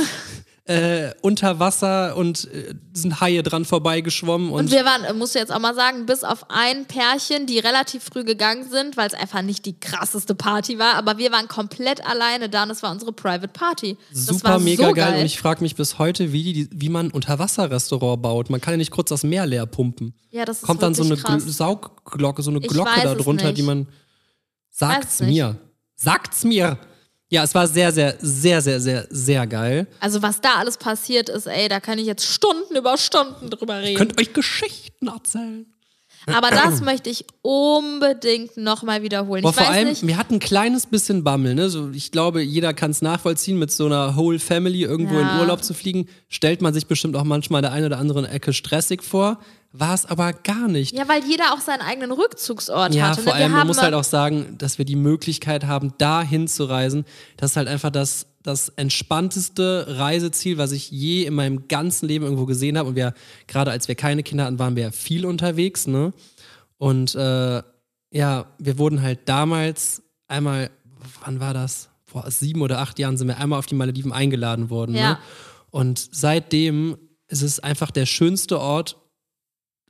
Speaker 2: Äh, unter Wasser und äh, sind Haie dran vorbeigeschwommen und,
Speaker 1: Und wir waren, äh, musst du jetzt auch mal sagen, bis auf ein Pärchen, die relativ früh gegangen sind, weil es einfach nicht die krasseste Party war, aber wir waren komplett alleine da und es war unsere Private Party. das
Speaker 2: super
Speaker 1: war
Speaker 2: mega
Speaker 1: so
Speaker 2: geil.
Speaker 1: geil.
Speaker 2: Und ich frage mich bis heute, wie, die, wie man ein Unterwasserrestaurant baut. Man kann ja nicht kurz das Meer leer pumpen.
Speaker 1: ja, das ist
Speaker 2: Kommt dann so eine
Speaker 1: wirklich
Speaker 2: Gl-
Speaker 1: krass.
Speaker 2: Saugglocke, so eine
Speaker 1: Ich
Speaker 2: Glocke
Speaker 1: weiß
Speaker 2: da
Speaker 1: es
Speaker 2: drunter,
Speaker 1: nicht.
Speaker 2: die man.
Speaker 1: weiß
Speaker 2: Sagt's
Speaker 1: es nicht.
Speaker 2: mir. Sagt's mir. Ja, es war sehr, sehr, sehr, sehr, sehr, sehr geil.
Speaker 1: Also was da alles passiert ist, ey, da kann ich jetzt Stunden über Stunden drüber reden.
Speaker 2: Könnt euch Geschichten erzählen.
Speaker 1: aber das möchte ich unbedingt nochmal wiederholen.
Speaker 2: Boah,
Speaker 1: ich weiß
Speaker 2: vor allem,
Speaker 1: nicht,
Speaker 2: wir hatten ein kleines bisschen Bammel. Ne? So, ich glaube, jeder kann es nachvollziehen, mit so einer Whole Family irgendwo
Speaker 1: Ja.
Speaker 2: in Urlaub zu fliegen. Stellt man sich bestimmt auch manchmal der einen oder anderen Ecke stressig vor. War es aber gar nicht.
Speaker 1: ja, weil jeder auch seinen eigenen Rückzugsort
Speaker 2: Ja,
Speaker 1: hatte.
Speaker 2: vor
Speaker 1: ne? wir
Speaker 2: allem, man
Speaker 1: haben
Speaker 2: muss halt auch sagen, dass wir die Möglichkeit haben, da hinzureisen. Das ist halt einfach das, das entspannteste Reiseziel, was ich je in meinem ganzen Leben irgendwo gesehen habe. Und wir, gerade als wir keine Kinder hatten, waren wir ja viel unterwegs, ne? Und äh, ja, wir wurden halt damals einmal, wann war das? Vor sieben oder acht Jahren sind wir einmal auf die Malediven eingeladen worden. Ne?
Speaker 1: Ja.
Speaker 2: Und seitdem ist es einfach der schönste Ort,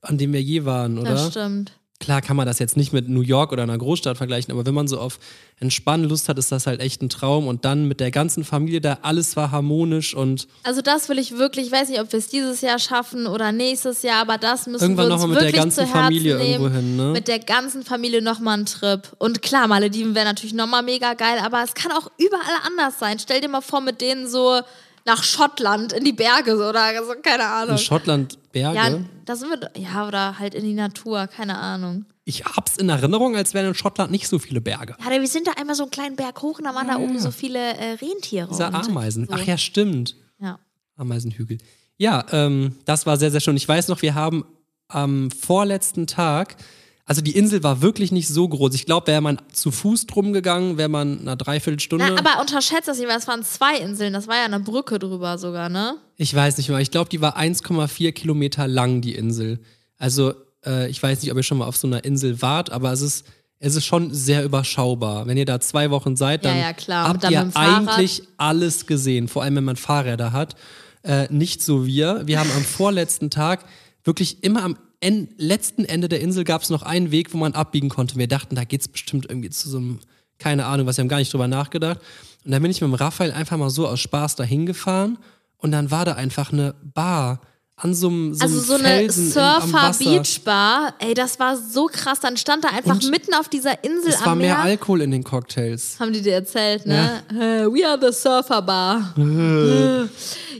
Speaker 2: an dem wir je waren, oder?
Speaker 1: das stimmt.
Speaker 2: Klar kann man das jetzt nicht mit New York oder einer Großstadt vergleichen, aber wenn man so auf Entspannen Lust hat, ist das halt echt ein Traum. Und dann mit der ganzen Familie da, alles war harmonisch und
Speaker 1: Also das will ich wirklich, ich weiß nicht, ob wir es dieses Jahr schaffen oder nächstes Jahr, aber das müssen
Speaker 2: irgendwann
Speaker 1: wir uns
Speaker 2: nochmal mit der
Speaker 1: wirklich
Speaker 2: ganzen
Speaker 1: zu Herzen
Speaker 2: Familie
Speaker 1: nehmen.
Speaker 2: irgendwo hin, ne?
Speaker 1: Mit der ganzen Familie nochmal einen Trip. Und klar, Malediven wäre natürlich nochmal mega geil, aber es kann auch überall anders sein. Stell dir mal vor, mit denen so nach Schottland in die Berge so, oder so, keine
Speaker 2: In
Speaker 1: Ahnung.
Speaker 2: Schottland Berge.
Speaker 1: Ja, da sind wir, ja, oder halt in die Natur, keine Ahnung.
Speaker 2: Ich hab's in Erinnerung, als wären in Schottland nicht so viele Berge.
Speaker 1: Ja, wir sind da einmal so einen kleinen Berg hoch und da waren da oben so viele äh, Rentiere.
Speaker 2: Diese
Speaker 1: und
Speaker 2: Ameisen.
Speaker 1: So.
Speaker 2: Ach ja, stimmt.
Speaker 1: ja.
Speaker 2: Ameisenhügel. Ja, ähm, das war sehr, sehr schön. Ich weiß noch, wir haben am vorletzten Tag, also die Insel war wirklich nicht so groß. Ich glaube, wäre man zu Fuß drum gegangen, wäre man eine Dreiviertelstunde.
Speaker 1: Na, aber unterschätzt das nicht, weil es waren zwei Inseln, das war ja eine Brücke drüber sogar, ne?
Speaker 2: Ich weiß nicht mehr. Ich glaube, die war 1,4 Kilometer lang, die Insel. Also, äh, ich weiß nicht, ob ihr schon mal auf so einer Insel wart, aber es ist, es ist schon sehr überschaubar. Wenn ihr da zwei Wochen seid,
Speaker 1: Ja,
Speaker 2: dann
Speaker 1: ja, klar. Und
Speaker 2: habt
Speaker 1: dann
Speaker 2: ihr
Speaker 1: mit dem Fahrrad.
Speaker 2: eigentlich alles gesehen. Vor allem, wenn man Fahrräder hat. Äh, nicht so wir. Wir haben am vorletzten Tag wirklich immer am en letzten Ende der Insel gab es noch einen Weg, wo man abbiegen konnte. Wir dachten, da geht's bestimmt irgendwie zu so einem, keine Ahnung, was wir haben gar nicht drüber nachgedacht. Und dann bin ich mit dem Raphael einfach mal so aus Spaß dahin gefahren und dann war da einfach eine Bar an so einem so
Speaker 1: Also
Speaker 2: einem
Speaker 1: so eine
Speaker 2: Felsen in- am
Speaker 1: Surfer
Speaker 2: Wasser.
Speaker 1: Beach Bar, ey, das war so krass. Dann stand da einfach
Speaker 2: Und
Speaker 1: mitten auf dieser Insel
Speaker 2: Es war
Speaker 1: am
Speaker 2: mehr
Speaker 1: Meer.
Speaker 2: Alkohol in den Cocktails.
Speaker 1: haben die dir erzählt, ne? Äh, We are the Surfer Bar. Äh.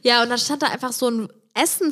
Speaker 1: ja, und dann stand da einfach so ein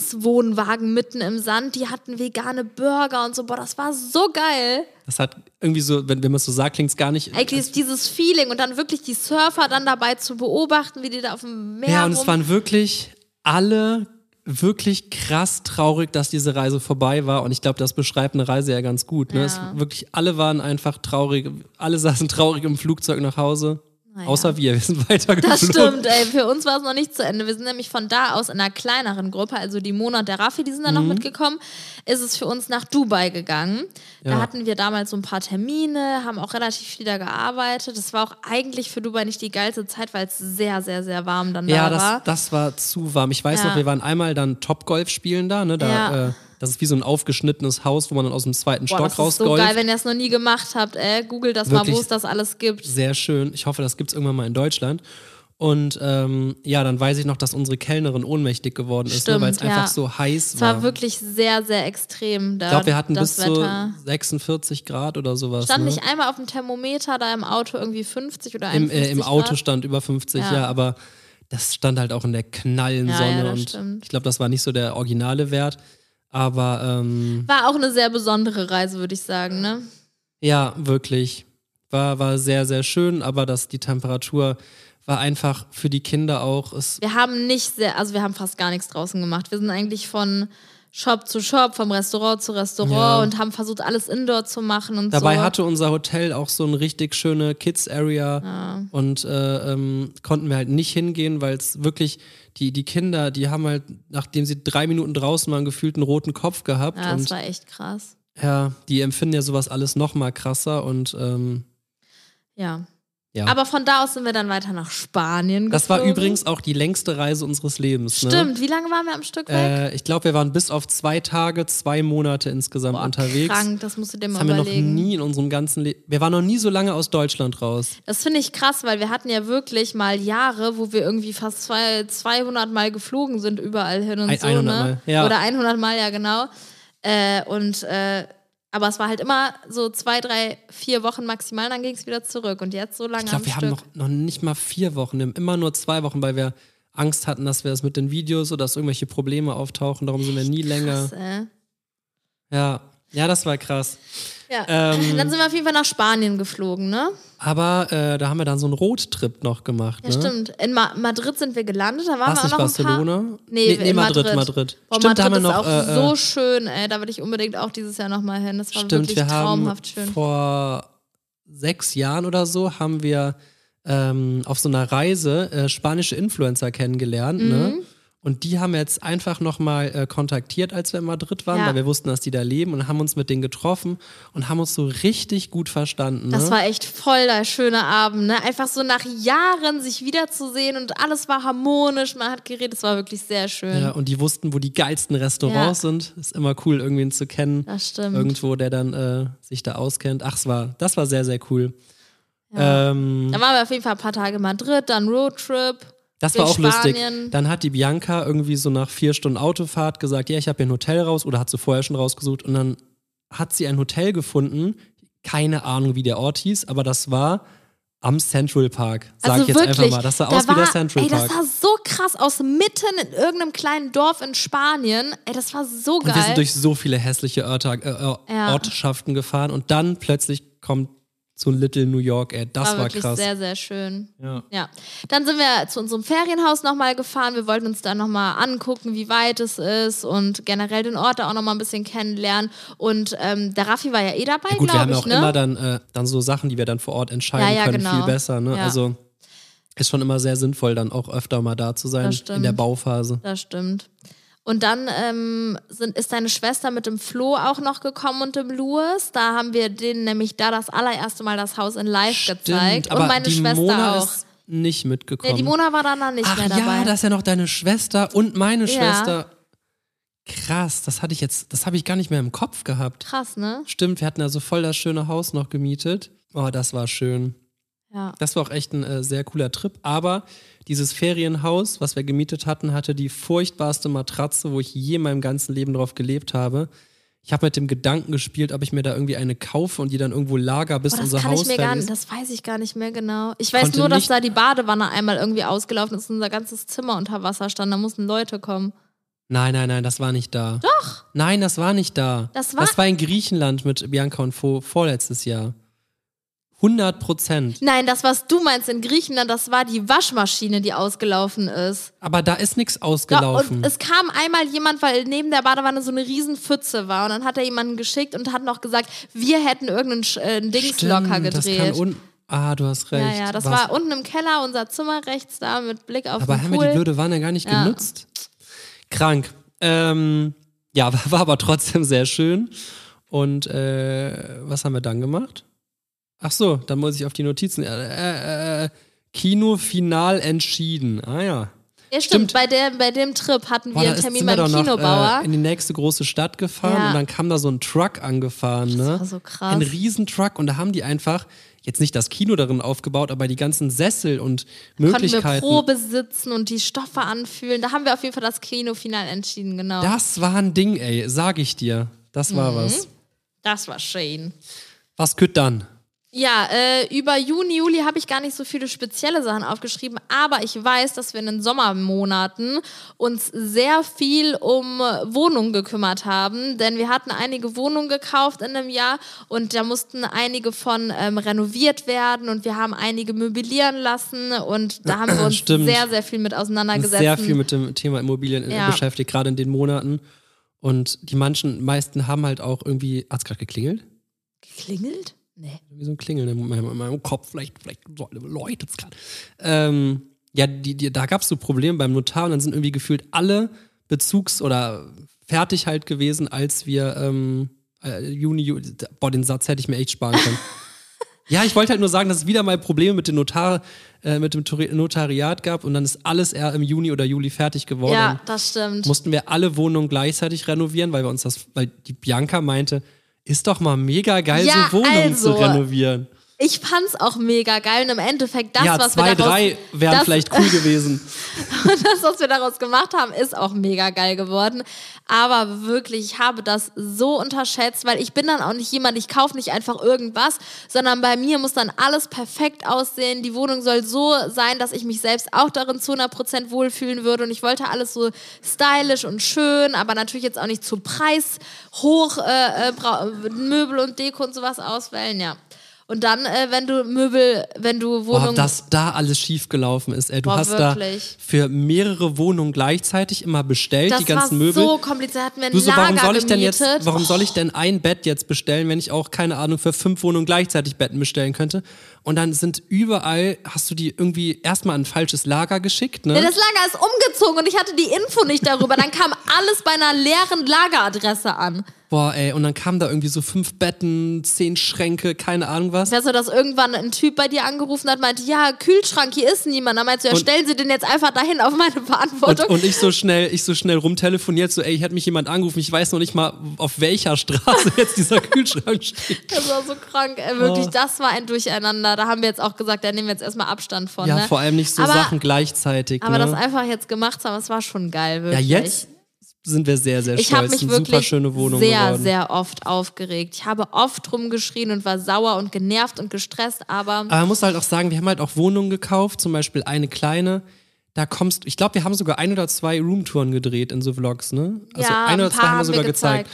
Speaker 1: Essenswohnwagen mitten im Sand. Die hatten vegane Burger und so. Boah, das war so geil.
Speaker 2: Das hat irgendwie so, wenn, wenn man es so sagt, klingt es gar nicht.
Speaker 1: Ey, dieses, dieses Feeling und dann wirklich die Surfer dann dabei zu beobachten, wie die da auf dem Meer
Speaker 2: ja, und
Speaker 1: rum-
Speaker 2: es waren wirklich alle wirklich krass traurig, dass diese Reise vorbei war. Und ich glaube, das beschreibt eine Reise ja ganz gut. Ne? Es, wirklich alle waren einfach traurig. Alle saßen traurig im Flugzeug nach Hause. Außer wir, wir sind weitergeflogen.
Speaker 1: Das stimmt, ey. Für uns war es noch nicht zu Ende. Wir sind nämlich von da aus in einer kleineren Gruppe, also die Mona und der Raffi, die sind dann
Speaker 2: Mhm.
Speaker 1: noch mitgekommen, ist es für uns nach Dubai gegangen. Da
Speaker 2: Ja.
Speaker 1: hatten wir damals so ein paar Termine, haben auch relativ viel da gearbeitet. Das war auch eigentlich für Dubai nicht die geilste Zeit, weil es sehr, sehr, sehr warm dann
Speaker 2: Ja,
Speaker 1: da war.
Speaker 2: das, das war zu warm. Ich weiß
Speaker 1: Ja.
Speaker 2: noch, wir waren einmal dann Topgolf spielen da. Ne? da
Speaker 1: Ja.
Speaker 2: äh, das ist wie so ein aufgeschnittenes Haus, wo man dann aus dem zweiten
Speaker 1: Boah,
Speaker 2: Stock
Speaker 1: das ist
Speaker 2: rausgolft.
Speaker 1: so geil, wenn ihr es noch nie gemacht habt, ey. Google das mal,
Speaker 2: Wirklich.
Speaker 1: wo es das alles gibt.
Speaker 2: Sehr schön. Ich hoffe, das gibt es irgendwann mal in Deutschland. Und ähm, ja, dann weiß ich noch, dass unsere Kellnerin ohnmächtig geworden ist, ne,
Speaker 1: Stimmt,
Speaker 2: weil es
Speaker 1: ja.
Speaker 2: einfach so heiß
Speaker 1: Es
Speaker 2: war.
Speaker 1: war wirklich sehr, sehr extrem da.
Speaker 2: ich glaube, wir hatten
Speaker 1: das
Speaker 2: bis
Speaker 1: Wetter.
Speaker 2: zu 46 Grad oder sowas.
Speaker 1: Stand
Speaker 2: ne?
Speaker 1: nicht einmal auf dem Thermometer da im Auto irgendwie 50 oder
Speaker 2: Im,
Speaker 1: 51
Speaker 2: äh, Im Auto
Speaker 1: Grad.
Speaker 2: stand über 50,
Speaker 1: Ja.
Speaker 2: ja. aber das stand halt auch in der knallen
Speaker 1: Ja, ja,
Speaker 2: Sonne.
Speaker 1: das
Speaker 2: und
Speaker 1: stimmt.
Speaker 2: ich glaube, das war nicht so der originale Wert. Aber ähm,
Speaker 1: War auch eine sehr besondere Reise, würde ich sagen, ne?
Speaker 2: ja, wirklich. War, war sehr, sehr schön, aber dass die Temperatur war einfach für die Kinder auch. Es,
Speaker 1: Wir haben nicht sehr, also wir haben fast gar nichts draußen gemacht. Wir sind eigentlich von Shop zu Shop, vom Restaurant zu Restaurant
Speaker 2: Ja.
Speaker 1: und haben versucht, alles indoor zu machen und
Speaker 2: Dabei
Speaker 1: so.
Speaker 2: hatte unser Hotel auch so eine richtig schöne Kids-Area
Speaker 1: Ah.
Speaker 2: und äh, ähm, konnten wir halt nicht hingehen, weil es wirklich, die, die Kinder, die haben halt, nachdem sie drei Minuten draußen waren, gefühlt einen roten Kopf gehabt.
Speaker 1: ja, Ah, das
Speaker 2: und
Speaker 1: war echt krass.
Speaker 2: ja, die empfinden ja sowas alles noch mal krasser und ähm,
Speaker 1: Ja.
Speaker 2: ja.
Speaker 1: Aber von da aus sind wir dann weiter nach Spanien
Speaker 2: das war
Speaker 1: geflogen.
Speaker 2: übrigens auch die längste Reise unseres Lebens.
Speaker 1: Stimmt, wie lange waren wir am Stück
Speaker 2: Ne?
Speaker 1: weg?
Speaker 2: Äh, ich glaube, wir waren bis auf zwei Tage, zwei Monate insgesamt unterwegs.
Speaker 1: Krank, das musst du dir
Speaker 2: Das
Speaker 1: mal
Speaker 2: haben wir noch
Speaker 1: überlegen.
Speaker 2: nie in unserem ganzen Leben. Wir waren noch nie so lange aus Deutschland raus.
Speaker 1: Das finde ich krass, weil wir hatten ja wirklich mal Jahre, wo wir irgendwie fast zwei, 200 Mal geflogen sind, überall hin und
Speaker 2: Ein-
Speaker 1: so.
Speaker 2: 100
Speaker 1: ne?
Speaker 2: Mal, ja.
Speaker 1: Oder 100 Mal, ja, genau. Äh, und, äh, aber es war halt immer so zwei, drei, vier Wochen maximal, dann ging es wieder zurück. Und jetzt so lange
Speaker 2: Ich
Speaker 1: am
Speaker 2: glaube, wir
Speaker 1: Stück.
Speaker 2: haben noch, noch nicht mal vier Wochen, wir haben immer nur zwei Wochen, weil wir Angst hatten, dass wir das mit den Videos oder dass irgendwelche Probleme auftauchen. Darum sind wir nie länger.
Speaker 1: krass, äh.
Speaker 2: Ja. ja, das war krass.
Speaker 1: ja.
Speaker 2: Ähm.
Speaker 1: Dann sind wir auf jeden Fall nach Spanien geflogen, ne?
Speaker 2: Aber äh, da haben wir dann so einen Roadtrip noch gemacht.
Speaker 1: Ja,
Speaker 2: ne?
Speaker 1: stimmt. In Ma Madrid sind wir gelandet, da waren
Speaker 2: War
Speaker 1: wir
Speaker 2: es
Speaker 1: auch
Speaker 2: nicht
Speaker 1: noch
Speaker 2: Barcelona?
Speaker 1: ein paar... Nee, in Madrid,
Speaker 2: Madrid.
Speaker 1: Boah,
Speaker 2: stimmt, da haben wir
Speaker 1: Madrid
Speaker 2: noch.
Speaker 1: ist auch
Speaker 2: äh,
Speaker 1: so
Speaker 2: äh,
Speaker 1: schön, ey. Da will ich unbedingt auch dieses Jahr nochmal hin. Das war
Speaker 2: stimmt,
Speaker 1: wirklich
Speaker 2: wir haben
Speaker 1: traumhaft schön.
Speaker 2: vor sechs Jahren oder so haben wir ähm, auf so einer Reise äh, spanische Influencer kennengelernt.
Speaker 1: Mhm.
Speaker 2: Ne? Und die haben wir jetzt einfach nochmal äh, kontaktiert, als wir in Madrid waren,
Speaker 1: Ja.
Speaker 2: weil wir wussten, dass die da leben und haben uns mit denen getroffen und haben uns so richtig gut verstanden.
Speaker 1: Das
Speaker 2: ne?
Speaker 1: war echt voll der schöne Abend, ne? Einfach so nach Jahren sich wiederzusehen und alles war harmonisch, man hat geredet, es war wirklich sehr schön.
Speaker 2: ja, und die wussten, wo die geilsten Restaurants
Speaker 1: Ja.
Speaker 2: sind. Ist immer cool, irgendwen zu kennen.
Speaker 1: Das stimmt.
Speaker 2: Irgendwo, der dann äh, sich da auskennt. Ach, es war, das war sehr, sehr cool. Ähm,
Speaker 1: Da waren wir auf jeden Fall ein paar Tage in Madrid, dann Roadtrip.
Speaker 2: Das
Speaker 1: in
Speaker 2: war auch
Speaker 1: Spanien.
Speaker 2: lustig. Dann hat die Bianca irgendwie so nach vier Stunden Autofahrt gesagt, ja, ich habe ein Hotel raus oder hat sie vorher schon rausgesucht und dann hat sie ein Hotel gefunden. Keine Ahnung, wie der Ort hieß, aber das war am Central Park. Sag
Speaker 1: also
Speaker 2: ich jetzt
Speaker 1: wirklich,
Speaker 2: einfach mal. Das sah
Speaker 1: da
Speaker 2: aus
Speaker 1: war,
Speaker 2: wie der Central
Speaker 1: ey,
Speaker 2: Park.
Speaker 1: das sah so krass aus, mitten in irgendeinem kleinen Dorf in Spanien. Ey, das war so
Speaker 2: und wir sind
Speaker 1: geil.
Speaker 2: durch so viele hässliche Örter, äh, äh,
Speaker 1: Ja.
Speaker 2: Ortschaften gefahren und dann plötzlich kommt zu Little New York, ey, das war,
Speaker 1: wirklich
Speaker 2: krass.
Speaker 1: sehr, sehr schön.
Speaker 2: Ja.
Speaker 1: Dann sind wir zu unserem Ferienhaus nochmal gefahren. Wir wollten uns da nochmal angucken, wie weit es ist und generell den Ort da auch nochmal ein bisschen kennenlernen. Und ähm, der Raffi war ja eh dabei,
Speaker 2: Ja, gut, wir
Speaker 1: glaube
Speaker 2: haben ja
Speaker 1: ich,
Speaker 2: auch
Speaker 1: ne?
Speaker 2: immer dann, äh, dann so Sachen, die wir dann vor Ort entscheiden
Speaker 1: Ja, ja,
Speaker 2: können,
Speaker 1: genau.
Speaker 2: viel besser. Ne?
Speaker 1: Ja.
Speaker 2: Also ist schon immer sehr sinnvoll, dann auch öfter mal da zu sein
Speaker 1: Das stimmt.
Speaker 2: in der Bauphase.
Speaker 1: das stimmt. Und dann ähm, sind, ist deine Schwester mit dem Flo auch noch gekommen und dem Louis. Da haben wir denen nämlich da das allererste Mal das Haus in Live gezeigt.
Speaker 2: aber
Speaker 1: und meine
Speaker 2: die
Speaker 1: Schwester
Speaker 2: Mona
Speaker 1: auch.
Speaker 2: ist nicht mitgekommen.
Speaker 1: Nee, die Mona war dann noch nicht
Speaker 2: Ach
Speaker 1: mehr dabei.
Speaker 2: ja, das ist ja noch deine Schwester und meine
Speaker 1: Ja.
Speaker 2: Schwester. Krass, das hatte ich jetzt, das habe ich gar nicht mehr im Kopf gehabt.
Speaker 1: Krass, ne?
Speaker 2: Stimmt, wir hatten also voll das schöne Haus noch gemietet. Oh, das war schön.
Speaker 1: Ja.
Speaker 2: Das war auch echt ein äh, sehr cooler Trip. Aber dieses Ferienhaus, was wir gemietet hatten, hatte die furchtbarste Matratze, wo ich je in meinem ganzen Leben drauf gelebt habe. Ich habe mit dem Gedanken gespielt, ob ich mir da irgendwie eine kaufe und die dann irgendwo lager, bis
Speaker 1: Boah, Oh, das
Speaker 2: unser
Speaker 1: kann
Speaker 2: Haus
Speaker 1: ich mir
Speaker 2: fertig
Speaker 1: gar
Speaker 2: ist.
Speaker 1: nicht, das weiß ich gar nicht mehr genau. Ich weiß
Speaker 2: Konnte
Speaker 1: nur, dass
Speaker 2: nicht-
Speaker 1: da die Badewanne einmal irgendwie ausgelaufen ist und unser ganzes Zimmer unter Wasser stand. Da mussten Leute kommen.
Speaker 2: Nein, nein, nein, das war nicht da. Doch. Nein, das war nicht da.
Speaker 1: Das war-
Speaker 2: das war in Griechenland mit Bianca und Fo vorletztes Jahr. 100 Prozent.
Speaker 1: Nein, das, was du meinst in Griechenland, das war die Waschmaschine, die ausgelaufen ist.
Speaker 2: Aber da ist nichts
Speaker 1: Ja,
Speaker 2: ausgelaufen.
Speaker 1: und es kam einmal jemand, weil neben der Badewanne so eine riesen Pfütze war. Und dann hat er jemanden geschickt und hat noch gesagt, wir hätten irgendeinen Sch- äh, einen Dings
Speaker 2: Stimmt,
Speaker 1: locker
Speaker 2: Das kann
Speaker 1: gedreht.
Speaker 2: un ah, du hast
Speaker 1: ja,
Speaker 2: recht.
Speaker 1: ja, das
Speaker 2: Was-
Speaker 1: war unten im Keller, unser Zimmer rechts da mit Blick auf
Speaker 2: Aber
Speaker 1: den
Speaker 2: haben
Speaker 1: Pool.
Speaker 2: wir die blöde Wanne gar nicht
Speaker 1: Ja.
Speaker 2: genutzt? Krank. Ähm, ja, war, war aber trotzdem sehr schön. Und äh, was haben wir dann gemacht? Ach so, dann muss ich auf die Notizen. Äh, äh, äh, Kino final entschieden. Ah ja.
Speaker 1: ja,
Speaker 2: stimmt.
Speaker 1: stimmt, bei, der, bei dem Trip hatten
Speaker 2: Boah,
Speaker 1: wir
Speaker 2: da
Speaker 1: einen
Speaker 2: ist-
Speaker 1: Termin
Speaker 2: sind wir
Speaker 1: beim
Speaker 2: doch noch,
Speaker 1: Kinobauer.
Speaker 2: Äh, in die nächste große Stadt gefahren
Speaker 1: Ja.
Speaker 2: und dann kam da so ein Truck angefahren. Ne?
Speaker 1: war so krass.
Speaker 2: Ein Riesentruck und da haben die einfach jetzt nicht das Kino darin aufgebaut, aber die ganzen Sessel und
Speaker 1: Konnten wir
Speaker 2: Möglichkeiten.
Speaker 1: Probe sitzen und die Stoffe anfühlen. Da haben wir auf jeden Fall das Kinofinal entschieden, genau.
Speaker 2: Das war ein Ding, ey, sag ich dir. Das
Speaker 1: Mhm.
Speaker 2: war was.
Speaker 1: das war schön.
Speaker 2: Was kütt dann?
Speaker 1: Ja, äh, über Juni, Juli habe ich gar nicht so viele spezielle Sachen aufgeschrieben, aber ich weiß, dass wir in den Sommermonaten uns sehr viel um äh, Wohnungen gekümmert haben, denn wir hatten einige Wohnungen gekauft in einem Jahr und da mussten einige von ähm, renoviert werden und wir haben einige möblieren lassen und da haben wir uns
Speaker 2: Stimmt.
Speaker 1: sehr, sehr viel mit auseinandergesetzt.
Speaker 2: Sehr viel mit dem Thema Immobilien äh,
Speaker 1: Ja.
Speaker 2: beschäftigt, gerade in den Monaten. Und die manchen, meisten haben halt auch irgendwie, hat's gerade geklingelt?
Speaker 1: Geklingelt? Nee.
Speaker 2: Wie so ein Klingeln in meinem, in meinem Kopf, vielleicht, vielleicht läutet es gerade. Ähm, ja, die, die, da gab es so Probleme beim Notar und dann sind irgendwie gefühlt alle Bezugs- oder fertig halt gewesen, als wir ähm, äh, Juni, Juli, boah, den Satz hätte ich mir echt sparen können. ja, ich wollte halt nur sagen, dass es wieder mal Probleme mit dem Notar, äh, mit dem Tori- Notariat gab und dann ist alles eher im Juni oder Juli fertig geworden.
Speaker 1: Ja,
Speaker 2: Dann
Speaker 1: das stimmt.
Speaker 2: mussten wir alle Wohnungen gleichzeitig renovieren, weil wir uns das, weil die Bianca meinte, ist doch mal mega geil,
Speaker 1: Ja,
Speaker 2: so Wohnungen zu
Speaker 1: also,
Speaker 2: renovieren.
Speaker 1: Ich fand's auch mega geil und im Endeffekt das,
Speaker 2: ja,
Speaker 1: was
Speaker 2: zwei,
Speaker 1: wir daraus,
Speaker 2: drei wären
Speaker 1: das,
Speaker 2: vielleicht cool gewesen.
Speaker 1: das, was wir daraus gemacht haben, ist auch mega geil geworden. Aber wirklich, ich habe das so unterschätzt, weil ich bin dann auch nicht jemand, ich kaufe nicht einfach irgendwas, sondern bei mir muss dann alles perfekt aussehen. Die Wohnung soll so sein, dass ich mich selbst auch darin zu 100% wohlfühlen würde. Und ich wollte alles so stylisch und schön, aber natürlich jetzt auch nicht zu Preis hoch äh, äh, Bra- Möbel und Deko und sowas auswählen, ja. Und dann, äh, wenn du Möbel, wenn du
Speaker 2: Boah,
Speaker 1: Wohnung
Speaker 2: dass da alles schief gelaufen ist. Ey, du
Speaker 1: Boah,
Speaker 2: hast
Speaker 1: wirklich.
Speaker 2: da für mehrere Wohnungen gleichzeitig immer bestellt,
Speaker 1: das
Speaker 2: die ganzen
Speaker 1: war
Speaker 2: Möbel.
Speaker 1: so Oh. kompliziert, hatten wir ein
Speaker 2: du so,
Speaker 1: Lager
Speaker 2: warum soll ich denn jetzt,
Speaker 1: gemietet.
Speaker 2: warum soll ich denn ein Bett jetzt bestellen, wenn ich auch, keine Ahnung, für fünf Wohnungen gleichzeitig Betten bestellen könnte? Und dann sind überall, hast du die irgendwie erstmal an ein falsches Lager geschickt, ne?
Speaker 1: Ja, das Lager ist umgezogen und ich hatte die Info nicht darüber. Dann kam alles bei einer leeren Lageradresse an.
Speaker 2: Boah, ey, und dann kamen da irgendwie so fünf Betten, zehn Schränke, keine Ahnung was.
Speaker 1: Weißt du, dass irgendwann ein Typ bei dir angerufen hat, meinte, ja, Kühlschrank, hier ist niemand. Dann meinst du, ja,
Speaker 2: Und-
Speaker 1: stellen Sie den jetzt einfach dahin auf meine
Speaker 2: Und,
Speaker 1: Verantwortung.
Speaker 2: und ich so schnell, ich so schnell rumtelefoniert, so, ey, hier hat mich jemand angerufen, ich weiß noch nicht mal, auf welcher Straße jetzt dieser Kühlschrank steht.
Speaker 1: das war so krank. Äh, wirklich,
Speaker 2: Oh.
Speaker 1: das war ein Durcheinander. Da haben wir jetzt auch gesagt, da nehmen wir jetzt erstmal Abstand von.
Speaker 2: Ja,
Speaker 1: ne?
Speaker 2: vor allem nicht so
Speaker 1: aber,
Speaker 2: Sachen gleichzeitig.
Speaker 1: Aber das
Speaker 2: ne?
Speaker 1: einfach jetzt gemacht zu haben, das war schon geil,
Speaker 2: ja,
Speaker 1: wirklich.
Speaker 2: jetzt sind wir sehr, sehr
Speaker 1: Ich habe mich
Speaker 2: stolz. Eine super
Speaker 1: wirklich
Speaker 2: schöne Wohnung
Speaker 1: sehr,
Speaker 2: geworden.
Speaker 1: sehr oft aufgeregt. Ich habe oft rumgeschrien und war sauer und genervt und gestresst, aber
Speaker 2: Aber man muss halt auch sagen, wir haben halt auch Wohnungen gekauft, zum Beispiel eine kleine. Da kommst, ich glaube, wir haben sogar ein oder zwei Roomtouren gedreht in so Vlogs, ne? Also
Speaker 1: Ja,
Speaker 2: ein oder
Speaker 1: ein
Speaker 2: zwei
Speaker 1: paar
Speaker 2: haben wir
Speaker 1: haben wir
Speaker 2: sogar gezeigt.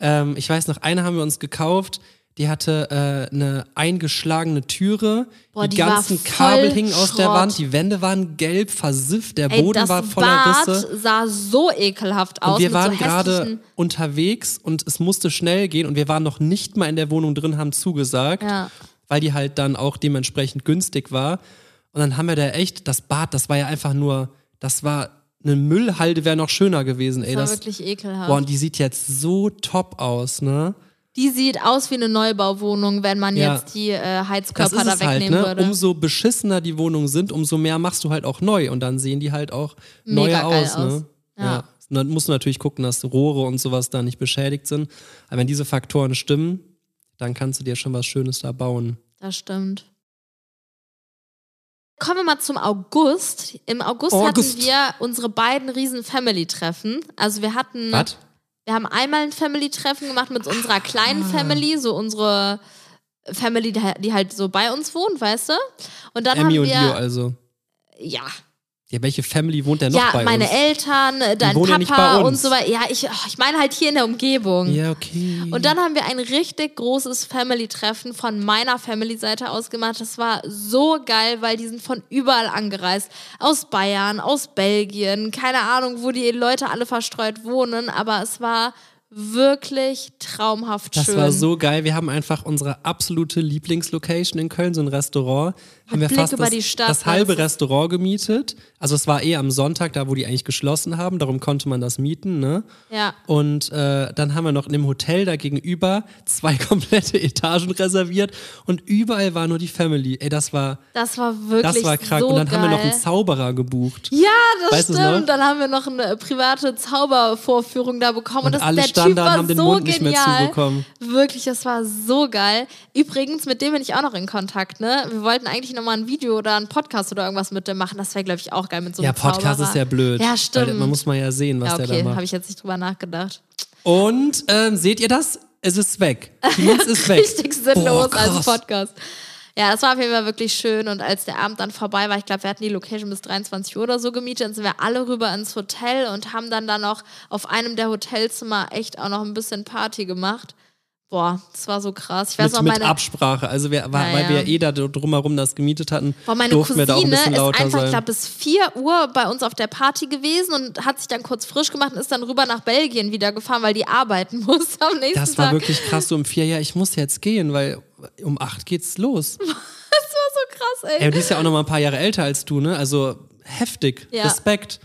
Speaker 2: Ähm, ich weiß noch, eine haben wir uns gekauft. Die hatte äh, eine eingeschlagene Türe.
Speaker 1: Boah,
Speaker 2: die
Speaker 1: die war
Speaker 2: ganzen
Speaker 1: voll
Speaker 2: Kabel hingen aus der
Speaker 1: Schrott.
Speaker 2: Wand. Die Wände waren gelb, versifft. Der
Speaker 1: Ey,
Speaker 2: Boden
Speaker 1: das
Speaker 2: war voller
Speaker 1: Bad
Speaker 2: Risse.
Speaker 1: sah so ekelhaft aus.
Speaker 2: Und wir
Speaker 1: mit
Speaker 2: waren
Speaker 1: so
Speaker 2: gerade
Speaker 1: hässlichen-
Speaker 2: unterwegs und es musste schnell gehen und wir waren noch nicht mal in der Wohnung drin, haben zugesagt,
Speaker 1: Ja.
Speaker 2: weil die halt dann auch dementsprechend günstig war. Und dann haben wir da echt, das Bad, das war ja einfach nur, das war, eine Müllhalde wäre noch schöner gewesen, ey.
Speaker 1: war
Speaker 2: Das,
Speaker 1: wirklich ekelhaft.
Speaker 2: boah, und die sieht jetzt so top aus, ne?
Speaker 1: Die sieht aus wie eine Neubauwohnung, wenn man
Speaker 2: Ja.
Speaker 1: jetzt die äh,
Speaker 2: Das
Speaker 1: Heizkörper
Speaker 2: ist
Speaker 1: da
Speaker 2: es halt,
Speaker 1: wegnehmen
Speaker 2: ne?
Speaker 1: würde.
Speaker 2: Umso beschissener die Wohnungen sind, umso mehr machst du halt auch neu und dann sehen die halt auch neu
Speaker 1: Mega geil
Speaker 2: aus,
Speaker 1: aus.
Speaker 2: ne? Ja. Und Dann musst du natürlich gucken, dass Rohre und sowas da nicht beschädigt sind. Aber wenn diese Faktoren stimmen, dann kannst du dir schon was Schönes da bauen.
Speaker 1: das stimmt. Kommen wir mal zum August. Im August,
Speaker 2: August.
Speaker 1: hatten wir unsere beiden riesen Family-Treffen. Also wir hatten,
Speaker 2: Was?
Speaker 1: wir haben einmal ein Family-Treffen gemacht mit unserer kleinen
Speaker 2: Ah.
Speaker 1: Family, so unsere Family, die halt- die halt so bei uns wohnt, weißt du? Und dann
Speaker 2: Emmy
Speaker 1: haben
Speaker 2: und
Speaker 1: wir,
Speaker 2: Leo also.
Speaker 1: ja,
Speaker 2: Ja, welche Family wohnt denn noch
Speaker 1: ja,
Speaker 2: bei
Speaker 1: meine
Speaker 2: uns?
Speaker 1: Eltern, äh, dein
Speaker 2: wohnen ja nicht
Speaker 1: Papa
Speaker 2: bei
Speaker 1: und
Speaker 2: uns.
Speaker 1: so weiter. Ja, ich, ach, ich meine halt hier in der Umgebung.
Speaker 2: Ja, okay.
Speaker 1: Und dann haben wir ein richtig großes Family-Treffen von meiner Family-Seite aus gemacht. Das war so geil, weil die sind von überall angereist. Aus Bayern, aus Belgien, keine Ahnung, wo die Leute alle verstreut wohnen, aber es war wirklich traumhaft
Speaker 2: Das
Speaker 1: schön.
Speaker 2: war so geil. Wir haben einfach unsere absolute Lieblingslocation in Köln, so ein Restaurant. haben wir
Speaker 1: Blick
Speaker 2: fast
Speaker 1: über
Speaker 2: das,
Speaker 1: die Stadt,
Speaker 2: das
Speaker 1: das
Speaker 2: halbe
Speaker 1: ist-
Speaker 2: Restaurant gemietet. Also es war eh am Sonntag, da wo die eigentlich geschlossen haben. Darum konnte man das mieten, ne?
Speaker 1: Ja.
Speaker 2: Und äh, dann haben wir noch in dem Hotel da gegenüber zwei komplette Etagen reserviert und überall war nur die Family. Ey, das war,
Speaker 1: das war wirklich
Speaker 2: das war krank.
Speaker 1: so
Speaker 2: und dann
Speaker 1: geil.
Speaker 2: haben wir noch einen Zauberer gebucht.
Speaker 1: ja, das
Speaker 2: Weißt du's
Speaker 1: stimmt.
Speaker 2: noch?
Speaker 1: Dann haben wir noch eine äh, private Zaubervorführung da bekommen. Und,
Speaker 2: Und
Speaker 1: das,
Speaker 2: alle
Speaker 1: der
Speaker 2: standen
Speaker 1: Typ
Speaker 2: da und
Speaker 1: war
Speaker 2: haben den
Speaker 1: so
Speaker 2: Mund nicht mehr
Speaker 1: genial.
Speaker 2: zubekommen.
Speaker 1: Wirklich, das war so geil. Übrigens, mit dem bin ich auch noch in Kontakt, ne? Wir wollten eigentlich nochmal ein Video oder einen Podcast oder irgendwas mit dem machen. Das wäre, glaube ich, auch geil mit so einem
Speaker 2: ja, Podcast
Speaker 1: Zauberer.
Speaker 2: ist ja blöd.
Speaker 1: Ja,
Speaker 2: Weil
Speaker 1: stimmt.
Speaker 2: man muss mal ja sehen, was
Speaker 1: ja,
Speaker 2: der da
Speaker 1: okay,
Speaker 2: macht.
Speaker 1: habe ich jetzt nicht drüber nachgedacht.
Speaker 2: Und ähm, seht ihr das? Es ist weg. Die Münz ist weg.
Speaker 1: Richtig sinnlos Also
Speaker 2: Boah,
Speaker 1: als
Speaker 2: krass.
Speaker 1: Podcast. Ja, das war auf jeden Fall wirklich schön. Und als der Abend dann vorbei war, ich glaube, wir hatten die Location bis 23 Uhr oder so gemietet, dann sind wir alle rüber ins Hotel und haben dann da noch auf einem der Hotelzimmer echt auch noch ein bisschen Party gemacht. Boah, das war so krass. Ich weiß
Speaker 2: mit,
Speaker 1: auch,
Speaker 2: mit
Speaker 1: meine,
Speaker 2: Absprache. Also wir, weil-
Speaker 1: Ja,
Speaker 2: weil wir
Speaker 1: ja.
Speaker 2: eh da drumherum das gemietet hatten,
Speaker 1: Boah, meine
Speaker 2: durften wir da auch ein
Speaker 1: Cousine
Speaker 2: bisschen
Speaker 1: ist
Speaker 2: lauter
Speaker 1: einfach, ich
Speaker 2: sein.
Speaker 1: glaube, bis 4 Uhr bei uns auf der Party gewesen und hat sich dann kurz frisch gemacht und ist dann rüber nach Belgien wieder gefahren, weil die arbeiten musste am nächsten
Speaker 2: das war
Speaker 1: Tag.
Speaker 2: wirklich krass. So um vier, ja, ich muss jetzt gehen, weil um acht geht's los.
Speaker 1: so Oh, krass, ey.
Speaker 2: Ey, und die ist ja auch noch mal ein paar Jahre älter als du, ne? Also heftig.
Speaker 1: Ja.
Speaker 2: Respekt.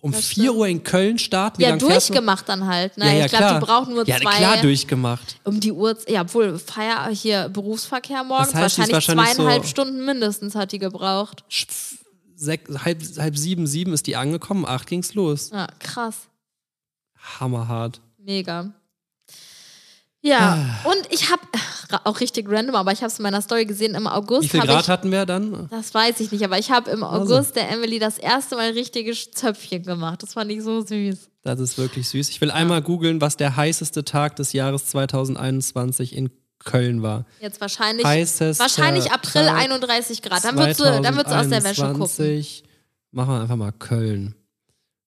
Speaker 2: Um vier Uhr in Köln starten. Wie
Speaker 1: ja,
Speaker 2: lang fährst du?
Speaker 1: durchgemacht dann halt. Ne?
Speaker 2: Ja, ja,
Speaker 1: ich glaube,
Speaker 2: klar.
Speaker 1: die brauchen nur
Speaker 2: ja,
Speaker 1: zwei.
Speaker 2: klar durchgemacht.
Speaker 1: um die Uhr, ja, obwohl Feier hier Berufsverkehr morgens,
Speaker 2: Das heißt, die ist
Speaker 1: wahrscheinlich,
Speaker 2: wahrscheinlich so-
Speaker 1: zweieinhalb Stunden mindestens hat die gebraucht.
Speaker 2: Sch- Sech, halb, halb sieben, sieben ist die angekommen, acht ging's los.
Speaker 1: Ja, krass.
Speaker 2: Hammerhart.
Speaker 1: Mega.
Speaker 2: Ah.
Speaker 1: Ja, und ich habe auch richtig random, aber ich habe es in meiner Story gesehen, im
Speaker 2: Wie
Speaker 1: August
Speaker 2: viel
Speaker 1: habe ich
Speaker 2: Grad hatten wir dann?
Speaker 1: Das weiß ich nicht, aber ich habe im
Speaker 2: Also.
Speaker 1: August der Emily das erste Mal richtige Zöpfchen gemacht. Das fand ich so süß.
Speaker 2: Das ist wirklich süß. Ich will einmal googeln, was der heißeste Tag des Jahres 2021 in Köln war.
Speaker 1: Jetzt wahrscheinlich,
Speaker 2: Heißester
Speaker 1: wahrscheinlich April
Speaker 2: Tag
Speaker 1: 31 Grad. Dann wird sie dann wird's aus der Wäsche gucken.
Speaker 2: 2021. Machen wir einfach mal Köln.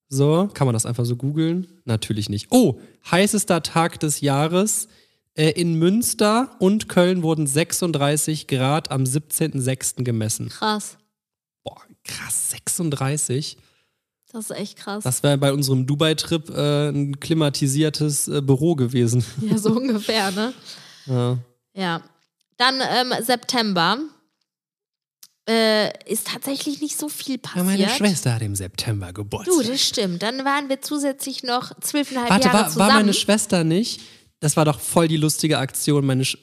Speaker 2: So, kann man das einfach so googeln? Natürlich nicht. Oh, heißester Tag des Jahres. Äh, In Münster und Köln wurden 36 Grad am 17.06. gemessen.
Speaker 1: Krass.
Speaker 2: Boah, krass, 36.
Speaker 1: Das ist echt krass.
Speaker 2: Das wäre bei unserem Dubai-Trip äh, ein klimatisiertes äh, Büro gewesen.
Speaker 1: ja, so ungefähr, ne?
Speaker 2: Ja.
Speaker 1: Ja. Dann ähm, September. Äh, ist tatsächlich nicht so viel
Speaker 2: Ja,
Speaker 1: passiert.
Speaker 2: meine Schwester hat im September Geburtstag.
Speaker 1: Du, das stimmt. Dann waren wir zusätzlich noch zwölfeinhalb
Speaker 2: Warte,
Speaker 1: Jahre
Speaker 2: war, war
Speaker 1: zusammen.
Speaker 2: meine Schwester nicht? Das war doch voll die lustige Aktion. Meine Sch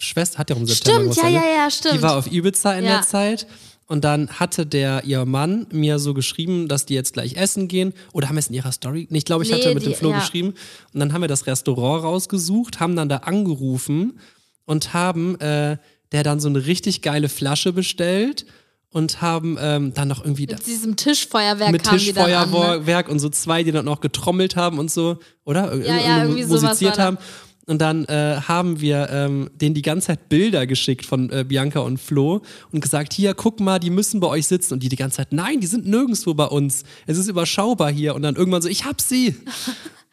Speaker 2: Schwester hat ja auch im September
Speaker 1: stimmt, ja,
Speaker 2: Geburtstag.
Speaker 1: ja,
Speaker 2: ne?
Speaker 1: ja, stimmt.
Speaker 2: Die war auf Ibiza in
Speaker 1: Ja.
Speaker 2: der Zeit. Und dann hatte der, ihr Mann mir so geschrieben, dass die jetzt gleich essen gehen. Oder haben wir es in ihrer Story? Nee, ich glaube, ich
Speaker 1: Nee,
Speaker 2: hatte mit dem
Speaker 1: die-
Speaker 2: Flo
Speaker 1: ja.
Speaker 2: geschrieben. Und dann haben wir das Restaurant rausgesucht, haben dann da angerufen und haben äh, der dann so eine richtig geile Flasche bestellt und haben ähm, dann noch irgendwie
Speaker 1: Mit diesem Tischfeuerwerk
Speaker 2: mit
Speaker 1: kam die dann an. Ne?
Speaker 2: Tischfeuerwerk und so zwei, die dann noch getrommelt haben und so, oder? Ir-
Speaker 1: Ja,
Speaker 2: ir-
Speaker 1: ja,
Speaker 2: ir-
Speaker 1: irgendwie sowas
Speaker 2: musiziert
Speaker 1: war da.
Speaker 2: haben. Und dann äh, haben wir ähm, denen die ganze Zeit Bilder geschickt von äh, Bianca und Flo und gesagt, hier, guck mal, die müssen bei euch sitzen. Und die die ganze Zeit, nein, die sind nirgendwo bei uns. Es ist überschaubar hier. Und dann irgendwann so, ich hab sie.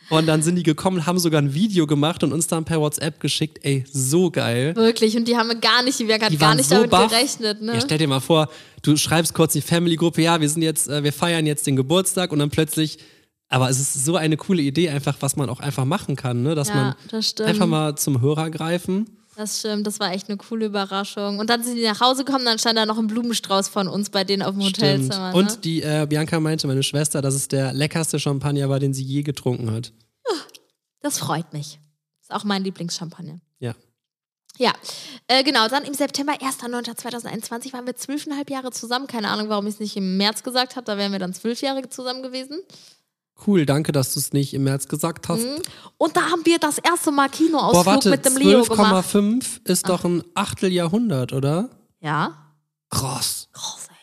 Speaker 2: und dann sind die gekommen, und haben sogar ein Video gemacht und uns dann per WhatsApp geschickt. Ey, so geil.
Speaker 1: Wirklich, und die haben gar nicht, die Bianca
Speaker 2: Die
Speaker 1: hat gar
Speaker 2: waren
Speaker 1: nicht
Speaker 2: so
Speaker 1: damit
Speaker 2: baff.
Speaker 1: gerechnet, ne?
Speaker 2: Ja, stell dir mal vor, du schreibst kurz die Family-Gruppe, ja, wir sind jetzt, äh, wir feiern jetzt den Geburtstag und dann plötzlich, aber es ist so eine coole Idee, einfach, was man auch einfach machen kann, ne? Dass
Speaker 1: Ja,
Speaker 2: man
Speaker 1: das stimmt.
Speaker 2: einfach mal zum Hörer greifen.
Speaker 1: Das stimmt, das war echt eine coole Überraschung. Und dann sind die nach Hause gekommen, dann stand da noch ein Blumenstrauß von uns bei denen auf dem
Speaker 2: Stimmt.
Speaker 1: Hotelzimmer. Ne?
Speaker 2: Und die äh, Bianca meinte, meine Schwester, dass es der leckerste Champagner war, den sie je getrunken hat.
Speaker 1: das freut mich. Ist auch mein Lieblingschampagner.
Speaker 2: Ja.
Speaker 1: Ja, äh, genau. Dann im September, 1.9.2021, waren wir zwölfeinhalb Jahre zusammen. Keine Ahnung, warum ich es nicht im März gesagt habe. Da wären wir dann zwölf Jahre zusammen gewesen.
Speaker 2: Cool, danke, dass du es nicht im März gesagt hast.
Speaker 1: Und da haben wir das erste Mal Kinoausflug
Speaker 2: Boah, warte,
Speaker 1: Mhm. mit dem Leo gemacht. Ah.
Speaker 2: 12,5 ist doch ein Achteljahrhundert, oder?
Speaker 1: Ja.
Speaker 2: Krass.
Speaker 1: Krass, ey.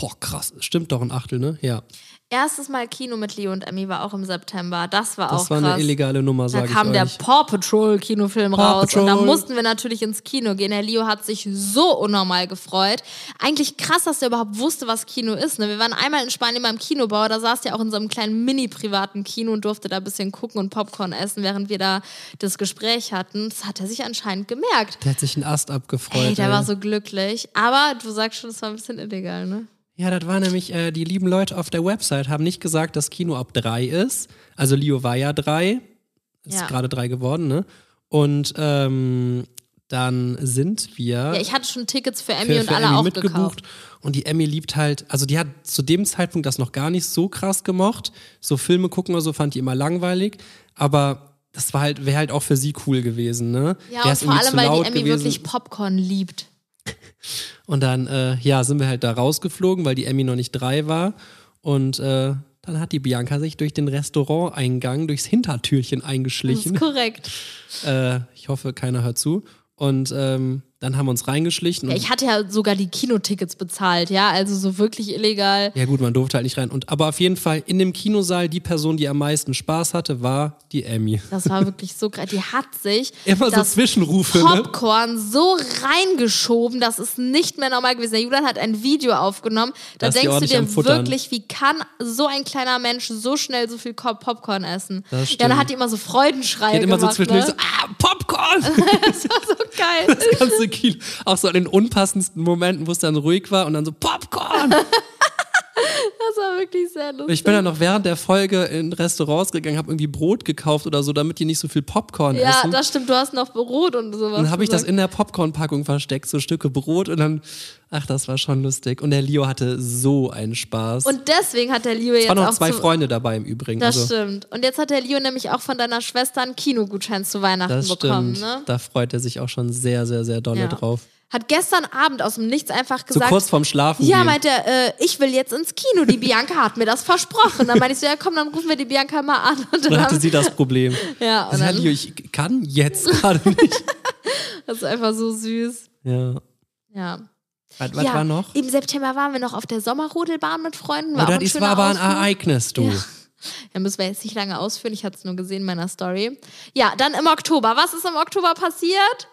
Speaker 2: Boah, krass, stimmt doch ein Achtel, ne? Ja.
Speaker 1: Erstes Mal Kino mit Leo und Emmy war auch im September. Das war
Speaker 2: Das
Speaker 1: auch
Speaker 2: war
Speaker 1: krass.
Speaker 2: eine illegale Nummer,
Speaker 1: Da
Speaker 2: sag ich
Speaker 1: kam der
Speaker 2: euch.
Speaker 1: Paw Patrol Kinofilm
Speaker 2: Paw
Speaker 1: raus und da
Speaker 2: Patrol.
Speaker 1: mussten wir natürlich ins Kino gehen. Herr Leo hat sich so unnormal gefreut. Eigentlich krass, dass er überhaupt wusste, was Kino ist. Ne? Wir waren einmal in Spanien beim Kinobau, da saß er auch in so einem kleinen mini-privaten Kino und durfte da ein bisschen gucken und Popcorn essen, während wir da das Gespräch hatten. Das hat er sich anscheinend gemerkt.
Speaker 2: Der hat sich einen Ast abgefreut.
Speaker 1: Ey, der
Speaker 2: ey.
Speaker 1: war so glücklich. Aber du sagst schon, es war ein bisschen illegal, ne?
Speaker 2: Ja, das war nämlich, äh, die lieben Leute auf der Website haben nicht gesagt, dass Kino ab drei ist. Also Leo war ja drei, ist
Speaker 1: Ja.
Speaker 2: gerade drei geworden, ne? Und ähm, dann sind wir
Speaker 1: Ja, ich hatte schon Tickets für Emmy
Speaker 2: für,
Speaker 1: und
Speaker 2: für
Speaker 1: alle
Speaker 2: Emmy
Speaker 1: auch
Speaker 2: mitgebucht.
Speaker 1: gekauft.
Speaker 2: Und die Emmy liebt halt, also die hat zu dem Zeitpunkt das noch gar nicht so krass gemocht. So Filme gucken oder so fand die immer langweilig. Aber das war halt, wäre halt auch für sie cool gewesen, ne?
Speaker 1: Ja,
Speaker 2: Wär's
Speaker 1: und vor
Speaker 2: irgendwie
Speaker 1: allem,
Speaker 2: zu
Speaker 1: weil die
Speaker 2: laut
Speaker 1: Emmy
Speaker 2: gewesen.
Speaker 1: wirklich Popcorn liebt.
Speaker 2: Und dann, äh, ja, sind wir halt da rausgeflogen, weil die Emmy noch nicht drei war. Und äh, dann hat die Bianca sich durch den Restauranteingang, durchs Hintertürchen
Speaker 1: Das ist
Speaker 2: eingeschlichen.
Speaker 1: korrekt.
Speaker 2: Äh, ich hoffe, keiner hört zu. Und ähm, dann haben wir uns reingeschlichen.
Speaker 1: Ja,
Speaker 2: und-
Speaker 1: ich hatte ja sogar die Kinotickets bezahlt, ja, also so wirklich illegal.
Speaker 2: ja gut, man durfte halt nicht rein. Und aber auf jeden Fall in dem Kinosaal die Person, die am meisten Spaß hatte, war die Emmy.
Speaker 1: Das war wirklich so krass. Die hat sich
Speaker 2: Immer so
Speaker 1: das
Speaker 2: Zwischenrufe, ne?
Speaker 1: Popcorn so reingeschoben, das ist nicht mehr normal gewesen. Der Julian hat ein Video aufgenommen. Da
Speaker 2: Da ist die
Speaker 1: denkst du
Speaker 2: ordentlich am
Speaker 1: dir
Speaker 2: Futtern.
Speaker 1: wirklich, wie kann so ein kleiner Mensch so schnell so viel Ko- Popcorn essen?
Speaker 2: Das
Speaker 1: ja,
Speaker 2: stimmt.
Speaker 1: dann hat die immer so Freudenschreie
Speaker 2: Die hat immer
Speaker 1: gemacht.
Speaker 2: so zwischendurch so,
Speaker 1: ne?
Speaker 2: ah, Popcorn!
Speaker 1: so geil.
Speaker 2: das ganze Kino. Auch so an den unpassendsten Momenten, wo es dann ruhig war und dann so, Popcorn!
Speaker 1: Das war wirklich sehr lustig.
Speaker 2: Ich bin dann noch während der Folge in Restaurants gegangen, habe irgendwie Brot gekauft oder so, damit die nicht so viel Popcorn
Speaker 1: ja,
Speaker 2: essen.
Speaker 1: das stimmt, du hast noch Brot und sowas.
Speaker 2: dann habe ich das
Speaker 1: gesagt.
Speaker 2: in der Popcorn-Packung versteckt, so Stücke Brot und dann, ach, das war schon lustig. Und der Leo hatte so einen Spaß.
Speaker 1: Und deswegen hat der Leo jetzt
Speaker 2: es waren
Speaker 1: auch
Speaker 2: noch zwei
Speaker 1: zu-
Speaker 2: Freunde dabei im Übrigen.
Speaker 1: Das
Speaker 2: also,
Speaker 1: stimmt. Und jetzt hat der Leo nämlich auch von deiner Schwester einen Kinogutschein zu Weihnachten
Speaker 2: das
Speaker 1: bekommen.
Speaker 2: stimmt.
Speaker 1: Ne?
Speaker 2: Da freut er sich auch schon sehr, sehr, sehr dolle
Speaker 1: Ja.
Speaker 2: drauf.
Speaker 1: Hat gestern Abend aus dem Nichts einfach
Speaker 2: So
Speaker 1: gesagt.
Speaker 2: kurz vorm Schlafen.
Speaker 1: ja,
Speaker 2: gehen.
Speaker 1: meint er, äh, ich will jetzt ins Kino. Die Bianca hat mir das versprochen. Dann meinte ich so, ja komm, dann rufen wir die Bianca mal an. Und dann
Speaker 2: dann hatte
Speaker 1: haben,
Speaker 2: sie das Problem.
Speaker 1: Ja, und
Speaker 2: Also, Herr
Speaker 1: dann-
Speaker 2: Leo, ich kann jetzt gerade nicht.
Speaker 1: das ist einfach so süß.
Speaker 2: Ja.
Speaker 1: Ja.
Speaker 2: Was, was
Speaker 1: ja,
Speaker 2: war noch?
Speaker 1: Im September waren wir noch auf der Sommerrodelbahn mit Freunden. War
Speaker 2: Oder ah,
Speaker 1: auch ein
Speaker 2: das
Speaker 1: schöner
Speaker 2: war aber ein
Speaker 1: Ausflug.
Speaker 2: Ereignis, du.
Speaker 1: Ja, müssen wir jetzt nicht lange ausführen. Ich hatte es nur gesehen in meiner Story. Ja, dann im Oktober. Was ist im Oktober passiert?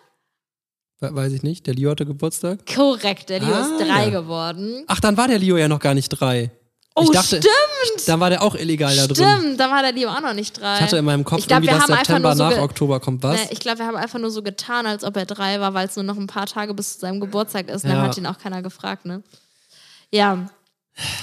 Speaker 2: We- Weiß ich nicht. Der Leo hatte Geburtstag.
Speaker 1: Korrekt, der Leo
Speaker 2: Ah,
Speaker 1: ist drei
Speaker 2: ja.
Speaker 1: geworden.
Speaker 2: Ach, dann war der Leo ja noch gar nicht drei.
Speaker 1: Oh,
Speaker 2: ich dachte,
Speaker 1: stimmt!
Speaker 2: Dann war der auch illegal da drin.
Speaker 1: Stimmt, da war der Leo auch noch nicht drei.
Speaker 2: Ich hatte in meinem Kopf
Speaker 1: Ich glaub,
Speaker 2: irgendwie,
Speaker 1: wir
Speaker 2: dass
Speaker 1: haben einfach
Speaker 2: September
Speaker 1: nur so
Speaker 2: nach
Speaker 1: ge-
Speaker 2: Oktober kommt was.
Speaker 1: Nee, ich glaube, wir haben einfach nur so getan, als ob er drei war, weil es nur noch ein paar Tage bis zu seinem Geburtstag ist.
Speaker 2: Ja.
Speaker 1: Dann hat ihn auch keiner gefragt, ne? Ja.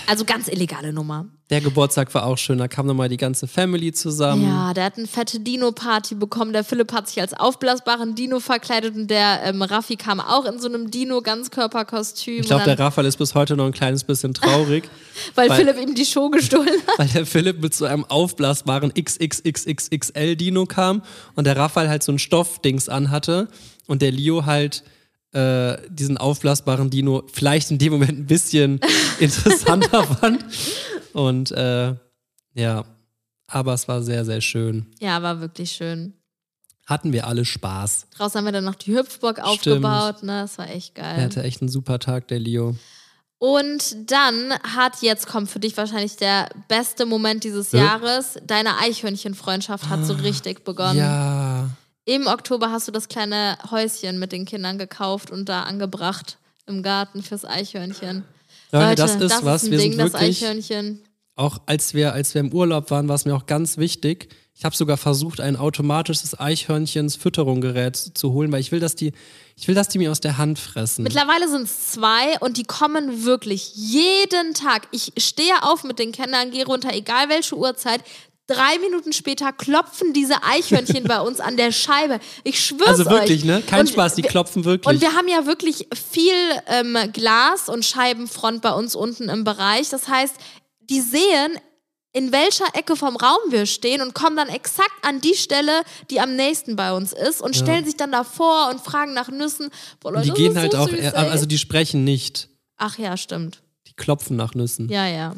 Speaker 1: Also ganz illegale Nummer.
Speaker 2: der Geburtstag war auch schön. Da kam nochmal die ganze Family zusammen.
Speaker 1: Ja, der hat eine fette Dino-Party bekommen. Der Philipp hat sich als aufblasbaren Dino verkleidet und der ähm, Raffi kam auch in so einem Dino-Ganzkörperkostüm.
Speaker 2: Ich glaube,
Speaker 1: Und dann-
Speaker 2: der Raphael ist bis heute noch ein kleines bisschen traurig,
Speaker 1: weil
Speaker 2: weil-
Speaker 1: Philipp ihm die Show gestohlen hat.
Speaker 2: weil der Philipp mit so einem aufblasbaren XXXXXL-Dino kam und der Raphael halt so ein Stoffdings anhatte und der Leo halt äh, diesen aufblasbaren Dino vielleicht in dem Moment ein bisschen interessanter fand. Und äh, ja, aber es war sehr, sehr schön.
Speaker 1: Ja, war wirklich schön.
Speaker 2: Hatten wir alle Spaß.
Speaker 1: Draußen haben wir dann noch die Hüpfburg aufgebaut, ne? Das war echt
Speaker 2: Er
Speaker 1: geil.
Speaker 2: hatte echt einen super Tag, der Leo.
Speaker 1: Und dann hat jetzt kommt für dich wahrscheinlich der beste Moment dieses
Speaker 2: Ja. Ah,
Speaker 1: Jahres. Deine Eichhörnchenfreundschaft hat so richtig begonnen.
Speaker 2: Ja.
Speaker 1: Im Oktober hast du das kleine Häuschen mit den Kindern gekauft und da angebracht im Garten fürs Eichhörnchen.
Speaker 2: Leute, das ist was.
Speaker 1: ein
Speaker 2: Wir
Speaker 1: Ding,
Speaker 2: sind
Speaker 1: das
Speaker 2: wirklich-
Speaker 1: Eichhörnchen.
Speaker 2: Auch als wir, als wir im Urlaub waren, war es mir auch ganz wichtig. Ich habe sogar versucht, ein automatisches Eichhörnchens-Fütterungsgerät zu holen, weil ich will, dass die, ich will, dass die mir aus der Hand fressen.
Speaker 1: Mittlerweile sind es zwei und die kommen wirklich jeden Tag. Ich stehe auf mit den Kindern, gehe runter, egal welche Uhrzeit. Drei Minuten später klopfen diese Eichhörnchen bei uns an der Scheibe. Ich schwöre
Speaker 2: Also wirklich,
Speaker 1: euch.
Speaker 2: ne? Kein
Speaker 1: Und
Speaker 2: Spaß, die
Speaker 1: wir-
Speaker 2: klopfen wirklich.
Speaker 1: Und wir haben ja wirklich viel ähm, Glas und Scheibenfront bei uns unten im Bereich. Das heißt, die sehen, in welcher Ecke vom Raum wir stehen und kommen dann exakt an die Stelle, die am nächsten bei uns ist und stellen sich dann davor und fragen nach Nüssen. Boah, Leute,
Speaker 2: die
Speaker 1: das
Speaker 2: gehen
Speaker 1: ist
Speaker 2: halt
Speaker 1: so
Speaker 2: auch,
Speaker 1: süß,
Speaker 2: äh,
Speaker 1: ey.
Speaker 2: also die sprechen nicht.
Speaker 1: Ach ja, stimmt.
Speaker 2: Die klopfen nach Nüssen.
Speaker 1: Ja, ja.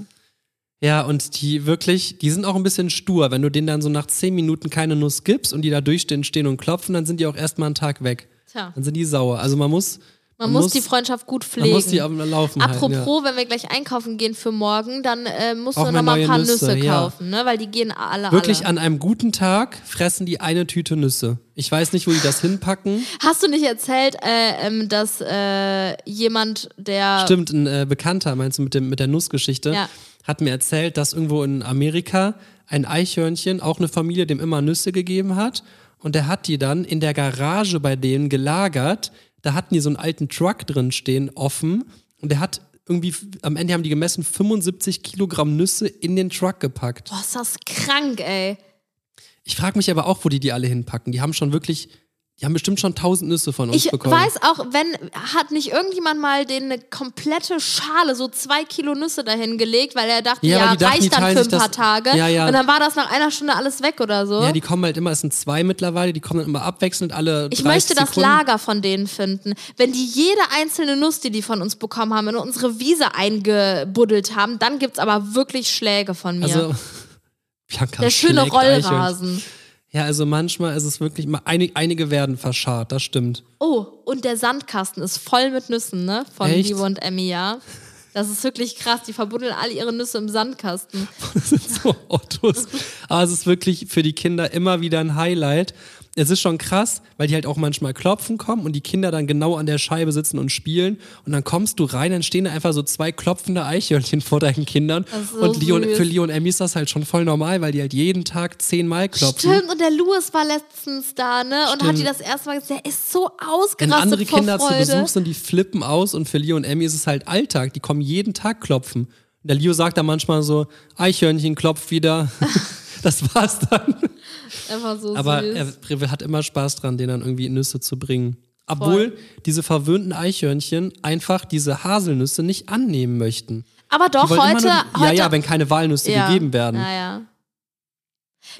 Speaker 2: Ja, und die wirklich, die sind auch ein bisschen stur. Wenn du denen dann so nach zehn Minuten keine Nuss gibst und die da durchstehen, stehen und klopfen, dann sind die auch erstmal einen Tag weg.
Speaker 1: Tja.
Speaker 2: Dann sind die sauer. Also man muss,
Speaker 1: Man,
Speaker 2: Man
Speaker 1: muss,
Speaker 2: muss-
Speaker 1: die Freundschaft gut pflegen.
Speaker 2: Man muss die am Laufen halten.
Speaker 1: Apropos, wenn wir gleich einkaufen gehen für morgen, dann äh, musst
Speaker 2: Auch
Speaker 1: du
Speaker 2: mal
Speaker 1: noch mal ein
Speaker 2: neue
Speaker 1: paar Nüsse,
Speaker 2: Nüsse, ja.
Speaker 1: kaufen, ne? weil die gehen alle
Speaker 2: Ja. Wirklich
Speaker 1: alle.
Speaker 2: an einem guten Tag fressen die eine Tüte Nüsse. Ich weiß nicht, wo die das hinpacken.
Speaker 1: Hast du nicht erzählt, äh, ähm, dass äh, jemand, der...
Speaker 2: Stimmt, ein äh, Bekannter, meinst du, mit, dem, mit der Nussgeschichte,
Speaker 1: Ja.
Speaker 2: hat mir erzählt, dass irgendwo in Amerika ein Eichhörnchen auch eine Familie dem immer Nüsse gegeben hat. Und der hat die dann in der Garage bei denen gelagert. Da hatten die so einen alten Truck drin stehen, offen. Und der hat irgendwie, am Ende haben die gemessen, 75 Kilogramm Nüsse in den Truck gepackt.
Speaker 1: Boah, Oh, ist das krank, ey.
Speaker 2: Ich frage mich aber auch, wo die die alle hinpacken. Die haben schon wirklich, die haben bestimmt schon 1000 Nüsse von uns
Speaker 1: Ich
Speaker 2: bekommen.
Speaker 1: weiß auch, wenn, hat nicht irgendjemand mal den eine komplette Schale, so zwei Kilo Nüsse dahin gelegt, weil er dachte,
Speaker 2: Ja,
Speaker 1: ja,
Speaker 2: weil die dachten, die
Speaker 1: reicht dann
Speaker 2: teilen
Speaker 1: für
Speaker 2: sich
Speaker 1: ein paar
Speaker 2: das-
Speaker 1: Tage.
Speaker 2: Ja, ja.
Speaker 1: Und dann war das nach einer Stunde alles weg oder so.
Speaker 2: Ja, die kommen halt immer, es sind zwei mittlerweile, die kommen dann immer abwechselnd alle.
Speaker 1: ich
Speaker 2: 30
Speaker 1: möchte das
Speaker 2: Sekunden.
Speaker 1: Lager von denen finden. Wenn die jede einzelne Nuss, die die von uns bekommen haben, in unsere Wiese eingebuddelt haben, dann gibt's aber wirklich Schläge von mir.
Speaker 2: Also, Bianca
Speaker 1: Der schöne
Speaker 2: schlägt Eichhörnchen.
Speaker 1: Rollrasen.
Speaker 2: Ja, also manchmal ist es wirklich, mal, einig, einige werden verscharrt, das stimmt.
Speaker 1: Oh, und der Sandkasten ist voll mit Nüssen, ne? Von
Speaker 2: Echt?
Speaker 1: Liebe und Emmy, ja. Das ist wirklich krass. Die verbuddeln alle ihre Nüsse im Sandkasten.
Speaker 2: Das sind so Autos. Aber es ist wirklich für die Kinder immer wieder ein Highlight. Es ist schon krass, weil die halt auch manchmal klopfen kommen und die Kinder dann genau an der Scheibe sitzen und spielen. Und dann kommst du rein, dann stehen da einfach so zwei klopfende Eichhörnchen vor deinen Kindern.
Speaker 1: Das ist so
Speaker 2: und Leon,
Speaker 1: süß.
Speaker 2: für Leon und Emmy ist das halt schon voll normal, weil die halt jeden Tag zehnmal klopfen.
Speaker 1: Stimmt, und der Louis war letztens da, ne? Und hat
Speaker 2: Stimmt.
Speaker 1: die das erste Mal gesagt, der ist so
Speaker 2: Wenn
Speaker 1: ausgerastet
Speaker 2: andere
Speaker 1: vor
Speaker 2: Kinder zu
Speaker 1: Freude.
Speaker 2: Besuch sind, die flippen aus und für Leo und Emmy ist es halt Alltag. Die kommen jeden Tag klopfen. Und der Leo sagt dann manchmal so, Eichhörnchen klopft wieder. das war's dann.
Speaker 1: Einfach so
Speaker 2: Aber
Speaker 1: süß.
Speaker 2: er hat immer Spaß dran, denen dann irgendwie Nüsse zu bringen. Obwohl diese verwöhnten Eichhörnchen einfach diese Haselnüsse nicht annehmen möchten.
Speaker 1: Aber
Speaker 2: Die
Speaker 1: doch,
Speaker 2: wollen immer
Speaker 1: heute,
Speaker 2: nur die,
Speaker 1: heute.
Speaker 2: ja, ja, wenn keine Walnüsse
Speaker 1: Ja,
Speaker 2: gegeben werden.
Speaker 1: Ja, ja.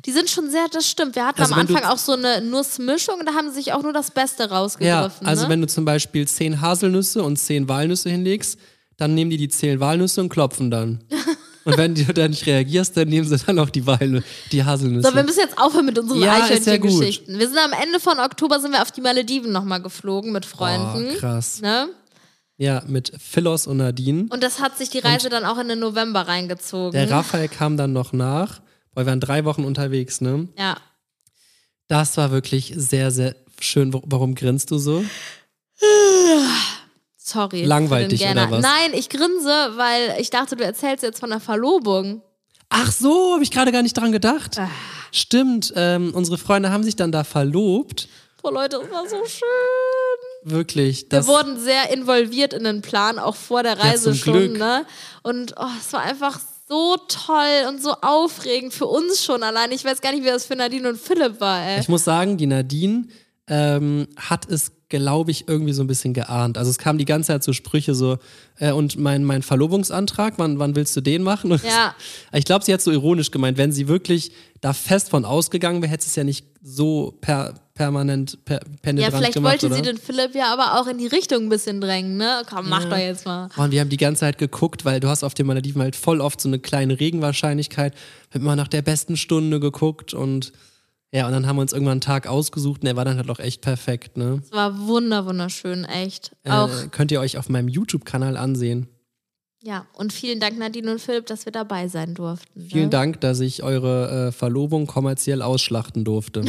Speaker 1: Die sind schon sehr, das stimmt. Wir hatten
Speaker 2: Also
Speaker 1: am
Speaker 2: wenn du-
Speaker 1: Anfang auch so eine Nussmischung, da haben sie sich auch nur das Beste
Speaker 2: Ja,
Speaker 1: rausgegriffen.
Speaker 2: also
Speaker 1: ne?
Speaker 2: wenn du zum Beispiel zehn Haselnüsse und zehn Walnüsse hinlegst, dann nehmen die die zehn Walnüsse und klopfen dann. und wenn du dann nicht reagierst, dann nehmen sie dann auch die Walnüsse, die Haselnüsse.
Speaker 1: So, wir müssen jetzt aufhören mit unseren
Speaker 2: Ja, ist ja gut.
Speaker 1: Eichhörnchen-Geschichten. Wir sind am Ende von Oktober, sind wir auf die Malediven nochmal geflogen mit Freunden.
Speaker 2: Oh, krass.
Speaker 1: Ne?
Speaker 2: Ja, mit Philos und Nadine.
Speaker 1: Und mhm. das hat sich die Reise dann auch in den November reingezogen.
Speaker 2: Der Raphael kam dann noch nach, weil wir waren drei Wochen unterwegs, ne?
Speaker 1: ja.
Speaker 2: Das war wirklich sehr, sehr schön. Wo- Warum grinst du so?
Speaker 1: Sorry.
Speaker 2: Langweilt
Speaker 1: für den
Speaker 2: dich
Speaker 1: Gerner.
Speaker 2: oder was?
Speaker 1: Nein, ich grinse, weil ich dachte, du erzählst jetzt von der Verlobung.
Speaker 2: Ach so, habe ich gerade gar nicht dran gedacht.
Speaker 1: Ah.
Speaker 2: Stimmt, ähm, unsere Freunde haben sich dann da verlobt.
Speaker 1: Boah, Leute, das war so schön.
Speaker 2: Wirklich.
Speaker 1: Wir
Speaker 2: Das,
Speaker 1: wurden sehr involviert in den Plan, auch vor der Reise
Speaker 2: zum
Speaker 1: schon.
Speaker 2: Glück.
Speaker 1: Ne? Und oh, es war einfach so toll und so aufregend für uns schon allein. Ich weiß gar nicht, wie das für Nadine und Philipp war, ey.
Speaker 2: Ich muss sagen, die Nadine ähm, hat es, glaube ich, irgendwie so ein bisschen geahnt. Also es kam die ganze Zeit so Sprüche so, äh, und mein, mein Verlobungsantrag, wann, wann willst du den machen? Und
Speaker 1: Ja.
Speaker 2: Ich glaube, sie hat so ironisch gemeint, wenn sie wirklich da fest von ausgegangen wäre, hätte sie es ja nicht so per, permanent, per,
Speaker 1: Ja,
Speaker 2: penetrant
Speaker 1: vielleicht
Speaker 2: gemacht,
Speaker 1: wollte
Speaker 2: oder?
Speaker 1: sie den Philipp ja aber auch in die Richtung ein bisschen drängen, ne? Komm, mach doch jetzt mal.
Speaker 2: Oh, Und wir haben die ganze Zeit geguckt, weil du hast auf den Malediven halt voll oft so eine kleine Regenwahrscheinlichkeit. Wir haben immer nach der besten Stunde geguckt und ja, und dann haben wir uns irgendwann einen Tag ausgesucht und der war dann halt auch echt perfekt, ne?
Speaker 1: Es war wunder, wunderschön, echt. Auch,
Speaker 2: Äh, könnt ihr euch auf meinem YouTube-Kanal ansehen.
Speaker 1: ja. Und vielen Dank, Nadine und Philipp, dass wir dabei sein durften. ne?
Speaker 2: Vielen Dank, dass ich eure äh, Verlobung kommerziell ausschlachten durfte.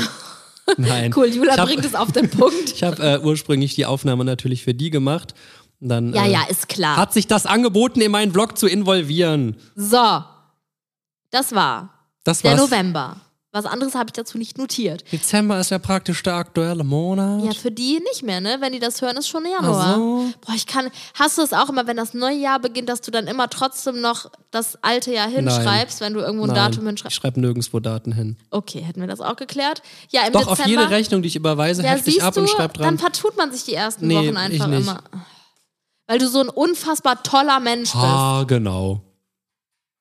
Speaker 2: Nein.
Speaker 1: Cool, Jula
Speaker 2: ich hab,
Speaker 1: bringt es auf den Punkt.
Speaker 2: Ich habe äh, ursprünglich die Aufnahme natürlich für die gemacht. Und dann,
Speaker 1: Ja,
Speaker 2: äh,
Speaker 1: ja, ist klar.
Speaker 2: Hat sich das angeboten, in meinen Vlog zu involvieren?
Speaker 1: So, das war
Speaker 2: Das
Speaker 1: der
Speaker 2: war's.
Speaker 1: November. Was anderes habe ich dazu nicht notiert.
Speaker 2: Dezember ist ja praktisch der aktuelle Monat. Also-
Speaker 1: Ja, für die nicht mehr, ne? Wenn die das hören, ist schon Januar.
Speaker 2: Ach so.
Speaker 1: Boah, ich kann. Hast du es auch immer, wenn das neue Jahr beginnt, dass du dann immer trotzdem noch das alte Jahr hinschreibst, wenn du irgendwo ein
Speaker 2: Nein,
Speaker 1: Datum
Speaker 2: Ich
Speaker 1: hinschreibst?
Speaker 2: schreibe nirgendwo Daten hin.
Speaker 1: Okay, hätten wir das auch geklärt. Ja, im
Speaker 2: Doch,
Speaker 1: Dezember.
Speaker 2: auf jede Rechnung, die ich überweise,
Speaker 1: ja,
Speaker 2: heftig
Speaker 1: siehst
Speaker 2: ab
Speaker 1: du,
Speaker 2: und schreib
Speaker 1: dann
Speaker 2: dran.
Speaker 1: vertut man sich die ersten
Speaker 2: Nee,
Speaker 1: Wochen einfach
Speaker 2: ich nicht.
Speaker 1: immer. Weil du so ein unfassbar toller Mensch
Speaker 2: Ah, genau.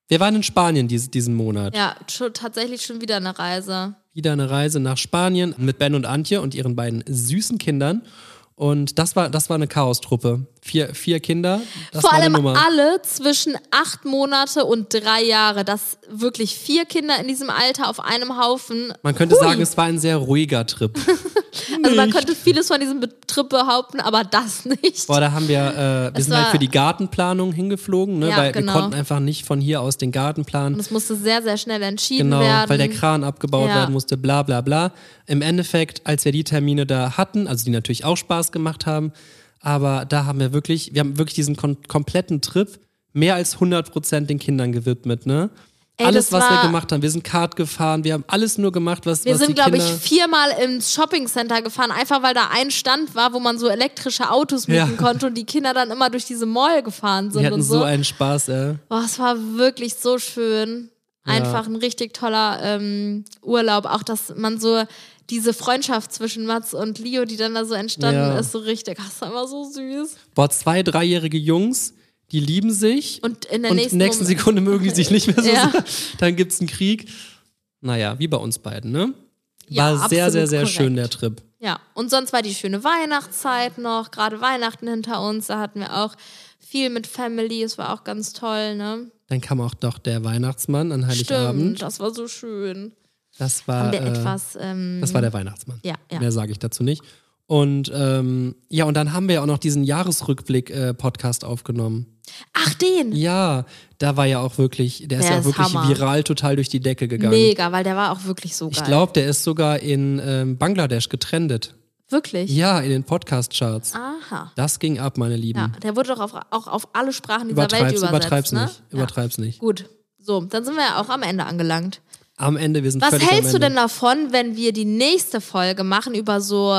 Speaker 2: Wir waren in Spanien dies, diesen Monat.
Speaker 1: bist. Ja, schon, tatsächlich schon wieder eine Reise.
Speaker 2: wieder eine Reise nach Spanien mit Ben und Antje und ihren beiden süßen Kindern. Und das war, das war eine Chaostruppe. Vier, vier Kinder, das
Speaker 1: Vor
Speaker 2: war
Speaker 1: allem
Speaker 2: eine Nummer.
Speaker 1: alle zwischen acht Monate und drei Jahre. Das wirklich vier Kinder in diesem Alter auf einem Haufen.
Speaker 2: Man könnte sagen, es war ein sehr ruhiger Trip.
Speaker 1: Also man
Speaker 2: Nicht.
Speaker 1: könnte vieles von diesem Betrieb behaupten, aber das nicht.
Speaker 2: Boah, da haben wir, äh, wir
Speaker 1: Es
Speaker 2: sind halt
Speaker 1: war-
Speaker 2: für die Gartenplanung hingeflogen, ne?
Speaker 1: Ja,
Speaker 2: weil
Speaker 1: genau.
Speaker 2: wir konnten einfach nicht von hier aus den Garten
Speaker 1: Und
Speaker 2: planen.
Speaker 1: es musste sehr, sehr schnell entschieden
Speaker 2: Genau,
Speaker 1: werden.
Speaker 2: weil der Kran abgebaut
Speaker 1: Ja.
Speaker 2: werden musste, bla bla bla. Im Endeffekt, als wir die Termine da hatten, also die natürlich auch Spaß gemacht haben, aber da haben wir wirklich, wir haben wirklich diesen kon kompletten Trip mehr als 100% den Kindern gewidmet, ne?
Speaker 1: Ey,
Speaker 2: alles,
Speaker 1: das
Speaker 2: was wir
Speaker 1: war-
Speaker 2: gemacht haben, wir sind Kart gefahren, wir haben alles nur gemacht, was
Speaker 1: Wir
Speaker 2: was die
Speaker 1: sind, glaube ich,
Speaker 2: Kinder-
Speaker 1: viermal ins Shoppingcenter gefahren, einfach weil da ein Stand war, wo man so elektrische Autos mieten
Speaker 2: Ja.
Speaker 1: konnte und die Kinder dann immer durch diese Mall gefahren sind
Speaker 2: wir hatten
Speaker 1: und so.
Speaker 2: so einen Spaß, ey.
Speaker 1: Boah, es war wirklich so schön. Einfach ein richtig toller ähm, Urlaub. Auch, dass man so diese Freundschaft zwischen Mats und Leo, die dann da so entstanden
Speaker 2: Ja.
Speaker 1: ist, so richtig. Ach, das war immer so süß.
Speaker 2: Boah, zwei, dreijährige Jungs, die lieben sich
Speaker 1: Und in der
Speaker 2: und
Speaker 1: nächsten,
Speaker 2: nächsten
Speaker 1: Moment-
Speaker 2: Sekunde mögen die sich nicht mehr so
Speaker 1: Ja.
Speaker 2: sehr. Dann gibt es einen Krieg. Naja, wie bei uns beiden, ne?
Speaker 1: Ja,
Speaker 2: War sehr,
Speaker 1: absolut
Speaker 2: sehr, sehr
Speaker 1: korrekt.
Speaker 2: schön, der Trip.
Speaker 1: Ja, und sonst war die schöne Weihnachtszeit noch, gerade Weihnachten hinter uns. Da hatten wir auch viel mit Family. Es war auch ganz toll, ne?
Speaker 2: Dann kam auch noch der Weihnachtsmann an Heiligabend.
Speaker 1: Stimmt, das war so schön.
Speaker 2: Das war,
Speaker 1: Haben wir
Speaker 2: äh,
Speaker 1: etwas. Ähm,
Speaker 2: das war der Weihnachtsmann.
Speaker 1: ja, ja.
Speaker 2: Mehr sage ich dazu nicht. Und ähm, ja, und dann haben wir ja auch noch diesen Jahresrückblick-Podcast aufgenommen.
Speaker 1: Ach, den!
Speaker 2: Ja, da war ja auch wirklich, der ist
Speaker 1: Der
Speaker 2: ja auch
Speaker 1: ist
Speaker 2: wirklich
Speaker 1: Hammer.
Speaker 2: viral total durch die Decke gegangen.
Speaker 1: Mega, weil der war auch wirklich so geil.
Speaker 2: Ich glaube, der ist sogar in ähm, Bangladesch getrendet.
Speaker 1: wirklich?
Speaker 2: Ja, in den Podcast-Charts.
Speaker 1: Aha.
Speaker 2: Das ging ab, meine Lieben.
Speaker 1: Ja, der wurde doch auf, auch auf alle Sprachen dieser Welt
Speaker 2: Übertreib's,
Speaker 1: übersetzt.
Speaker 2: übertreib's
Speaker 1: ne?
Speaker 2: nicht. Übertreib's
Speaker 1: Ja.
Speaker 2: nicht.
Speaker 1: Gut. So, dann sind wir ja auch am Ende angelangt.
Speaker 2: Am Ende, wir sind
Speaker 1: Was
Speaker 2: völlig
Speaker 1: hältst
Speaker 2: am Ende.
Speaker 1: du denn davon, wenn wir die nächste Folge machen über so,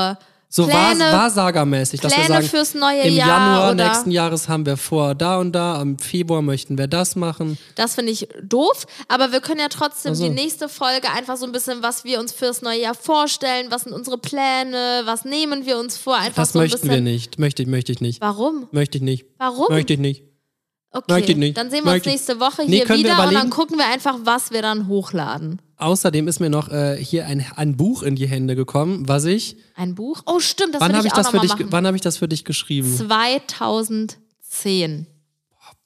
Speaker 2: So
Speaker 1: Pläne,
Speaker 2: Pläne, wahrsagermäßig, dass
Speaker 1: Pläne
Speaker 2: wir sagen,
Speaker 1: fürs neue
Speaker 2: im
Speaker 1: Jahr
Speaker 2: Januar
Speaker 1: oder-
Speaker 2: nächsten Jahres haben wir vor da und da, am Februar möchten wir das machen.
Speaker 1: das finde ich doof, aber wir können ja trotzdem
Speaker 2: Also.
Speaker 1: die nächste Folge einfach so ein bisschen, was wir uns fürs neue Jahr vorstellen, was sind unsere Pläne, was nehmen wir uns vor, einfach
Speaker 2: Das
Speaker 1: so ein
Speaker 2: möchten
Speaker 1: bisschen.
Speaker 2: wir nicht. Möchte ich, möchte ich nicht.
Speaker 1: Warum?
Speaker 2: Möchte ich nicht.
Speaker 1: Warum?
Speaker 2: Möchte ich nicht.
Speaker 1: Okay,
Speaker 2: Möchte ich nicht.
Speaker 1: dann sehen wir uns
Speaker 2: Möchte ich-
Speaker 1: nächste Woche
Speaker 2: Nee,
Speaker 1: hier
Speaker 2: können wir
Speaker 1: wieder und dann
Speaker 2: überlegen.
Speaker 1: gucken wir einfach, was wir dann hochladen.
Speaker 2: Außerdem ist mir noch äh, hier ein, ein Buch in die Hände gekommen, was ich.
Speaker 1: Ein Buch? Oh, stimmt, das
Speaker 2: wann
Speaker 1: will
Speaker 2: habe
Speaker 1: ich
Speaker 2: ich,
Speaker 1: auch
Speaker 2: das für
Speaker 1: nochmal
Speaker 2: dich? ge-
Speaker 1: machen.
Speaker 2: Wann habe ich das für dich geschrieben?
Speaker 1: 2010.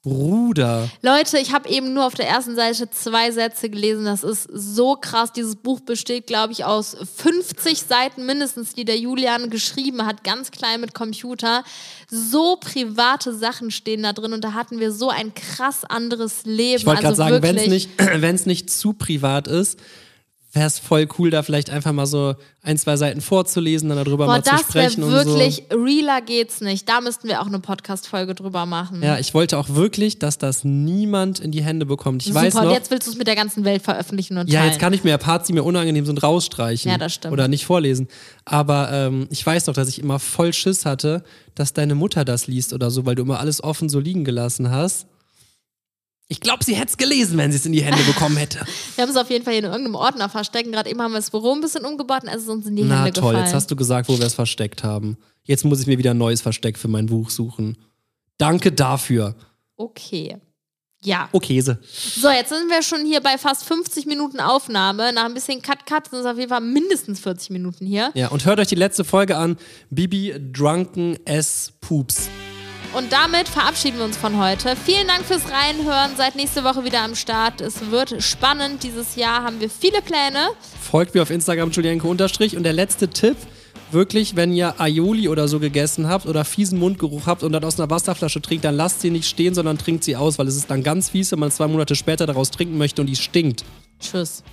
Speaker 2: Bruder.
Speaker 1: Leute, ich habe eben nur auf der ersten Seite zwei Sätze gelesen. Das ist so krass. Dieses Buch besteht, glaube ich, aus 50 Seiten mindestens, die der Julian geschrieben hat, ganz klein mit Computer. So private Sachen stehen da drin und da hatten wir so ein krass anderes Leben.
Speaker 2: Ich wollte gerade
Speaker 1: also
Speaker 2: sagen, wenn es
Speaker 1: wirklich.
Speaker 2: nicht, wenn's nicht zu privat ist, wäre es voll cool, da vielleicht einfach mal so ein, zwei Seiten vorzulesen, dann darüber
Speaker 1: Boah,
Speaker 2: mal zu
Speaker 1: das wäre
Speaker 2: sprechen und so.
Speaker 1: wirklich, realer geht's nicht. Da müssten wir auch eine Podcast-Folge drüber machen.
Speaker 2: Ja, ich wollte auch wirklich, dass das niemand in die Hände bekommt. Ich
Speaker 1: Super,
Speaker 2: weiß
Speaker 1: und
Speaker 2: noch,
Speaker 1: jetzt willst du es mit der ganzen Welt veröffentlichen und
Speaker 2: ja,
Speaker 1: teilen.
Speaker 2: jetzt kann ich mir ja Parts, die mir unangenehm sind, rausstreichen.
Speaker 1: Ja, das stimmt.
Speaker 2: Oder nicht vorlesen. Aber ähm, ich weiß noch, dass ich immer voll Schiss hatte, dass deine Mutter das liest oder so, weil du immer alles offen so liegen gelassen hast. Ich glaube, sie hätte es gelesen, wenn sie es in die Hände bekommen hätte.
Speaker 1: Wir haben es auf jeden Fall hier in irgendeinem Ordner verstecken. Gerade eben haben wir das Büro ein bisschen umgebaut und es ist uns in die
Speaker 2: Na
Speaker 1: Hände
Speaker 2: toll,
Speaker 1: gefallen.
Speaker 2: jetzt hast du gesagt, wo wir es versteckt haben. Jetzt muss ich mir wieder ein neues Versteck für mein Buch suchen. Danke dafür.
Speaker 1: okay. Ja.
Speaker 2: Oh, Käse.
Speaker 1: So, jetzt sind wir schon hier bei fast 50 Minuten Aufnahme. Nach ein bisschen Cut-Cut sind es auf jeden Fall mindestens 40 Minuten hier.
Speaker 2: Ja, und hört euch die letzte Folge an. Bibi Drunken S Poops.
Speaker 1: Und damit verabschieden wir uns von heute. Vielen Dank fürs Reinhören. Seid nächste Woche wieder am Start. Es wird spannend. Dieses Jahr haben wir viele Pläne.
Speaker 2: Folgt mir auf Instagram Julienko unterstrich. Und der letzte Tipp, wirklich, wenn ihr Aioli oder so gegessen habt oder fiesen Mundgeruch habt und dann aus einer Wasserflasche trinkt, dann lasst sie nicht stehen, sondern trinkt sie aus, weil es ist dann ganz fies, wenn man zwei Monate später daraus trinken möchte und die stinkt.
Speaker 1: Tschüss.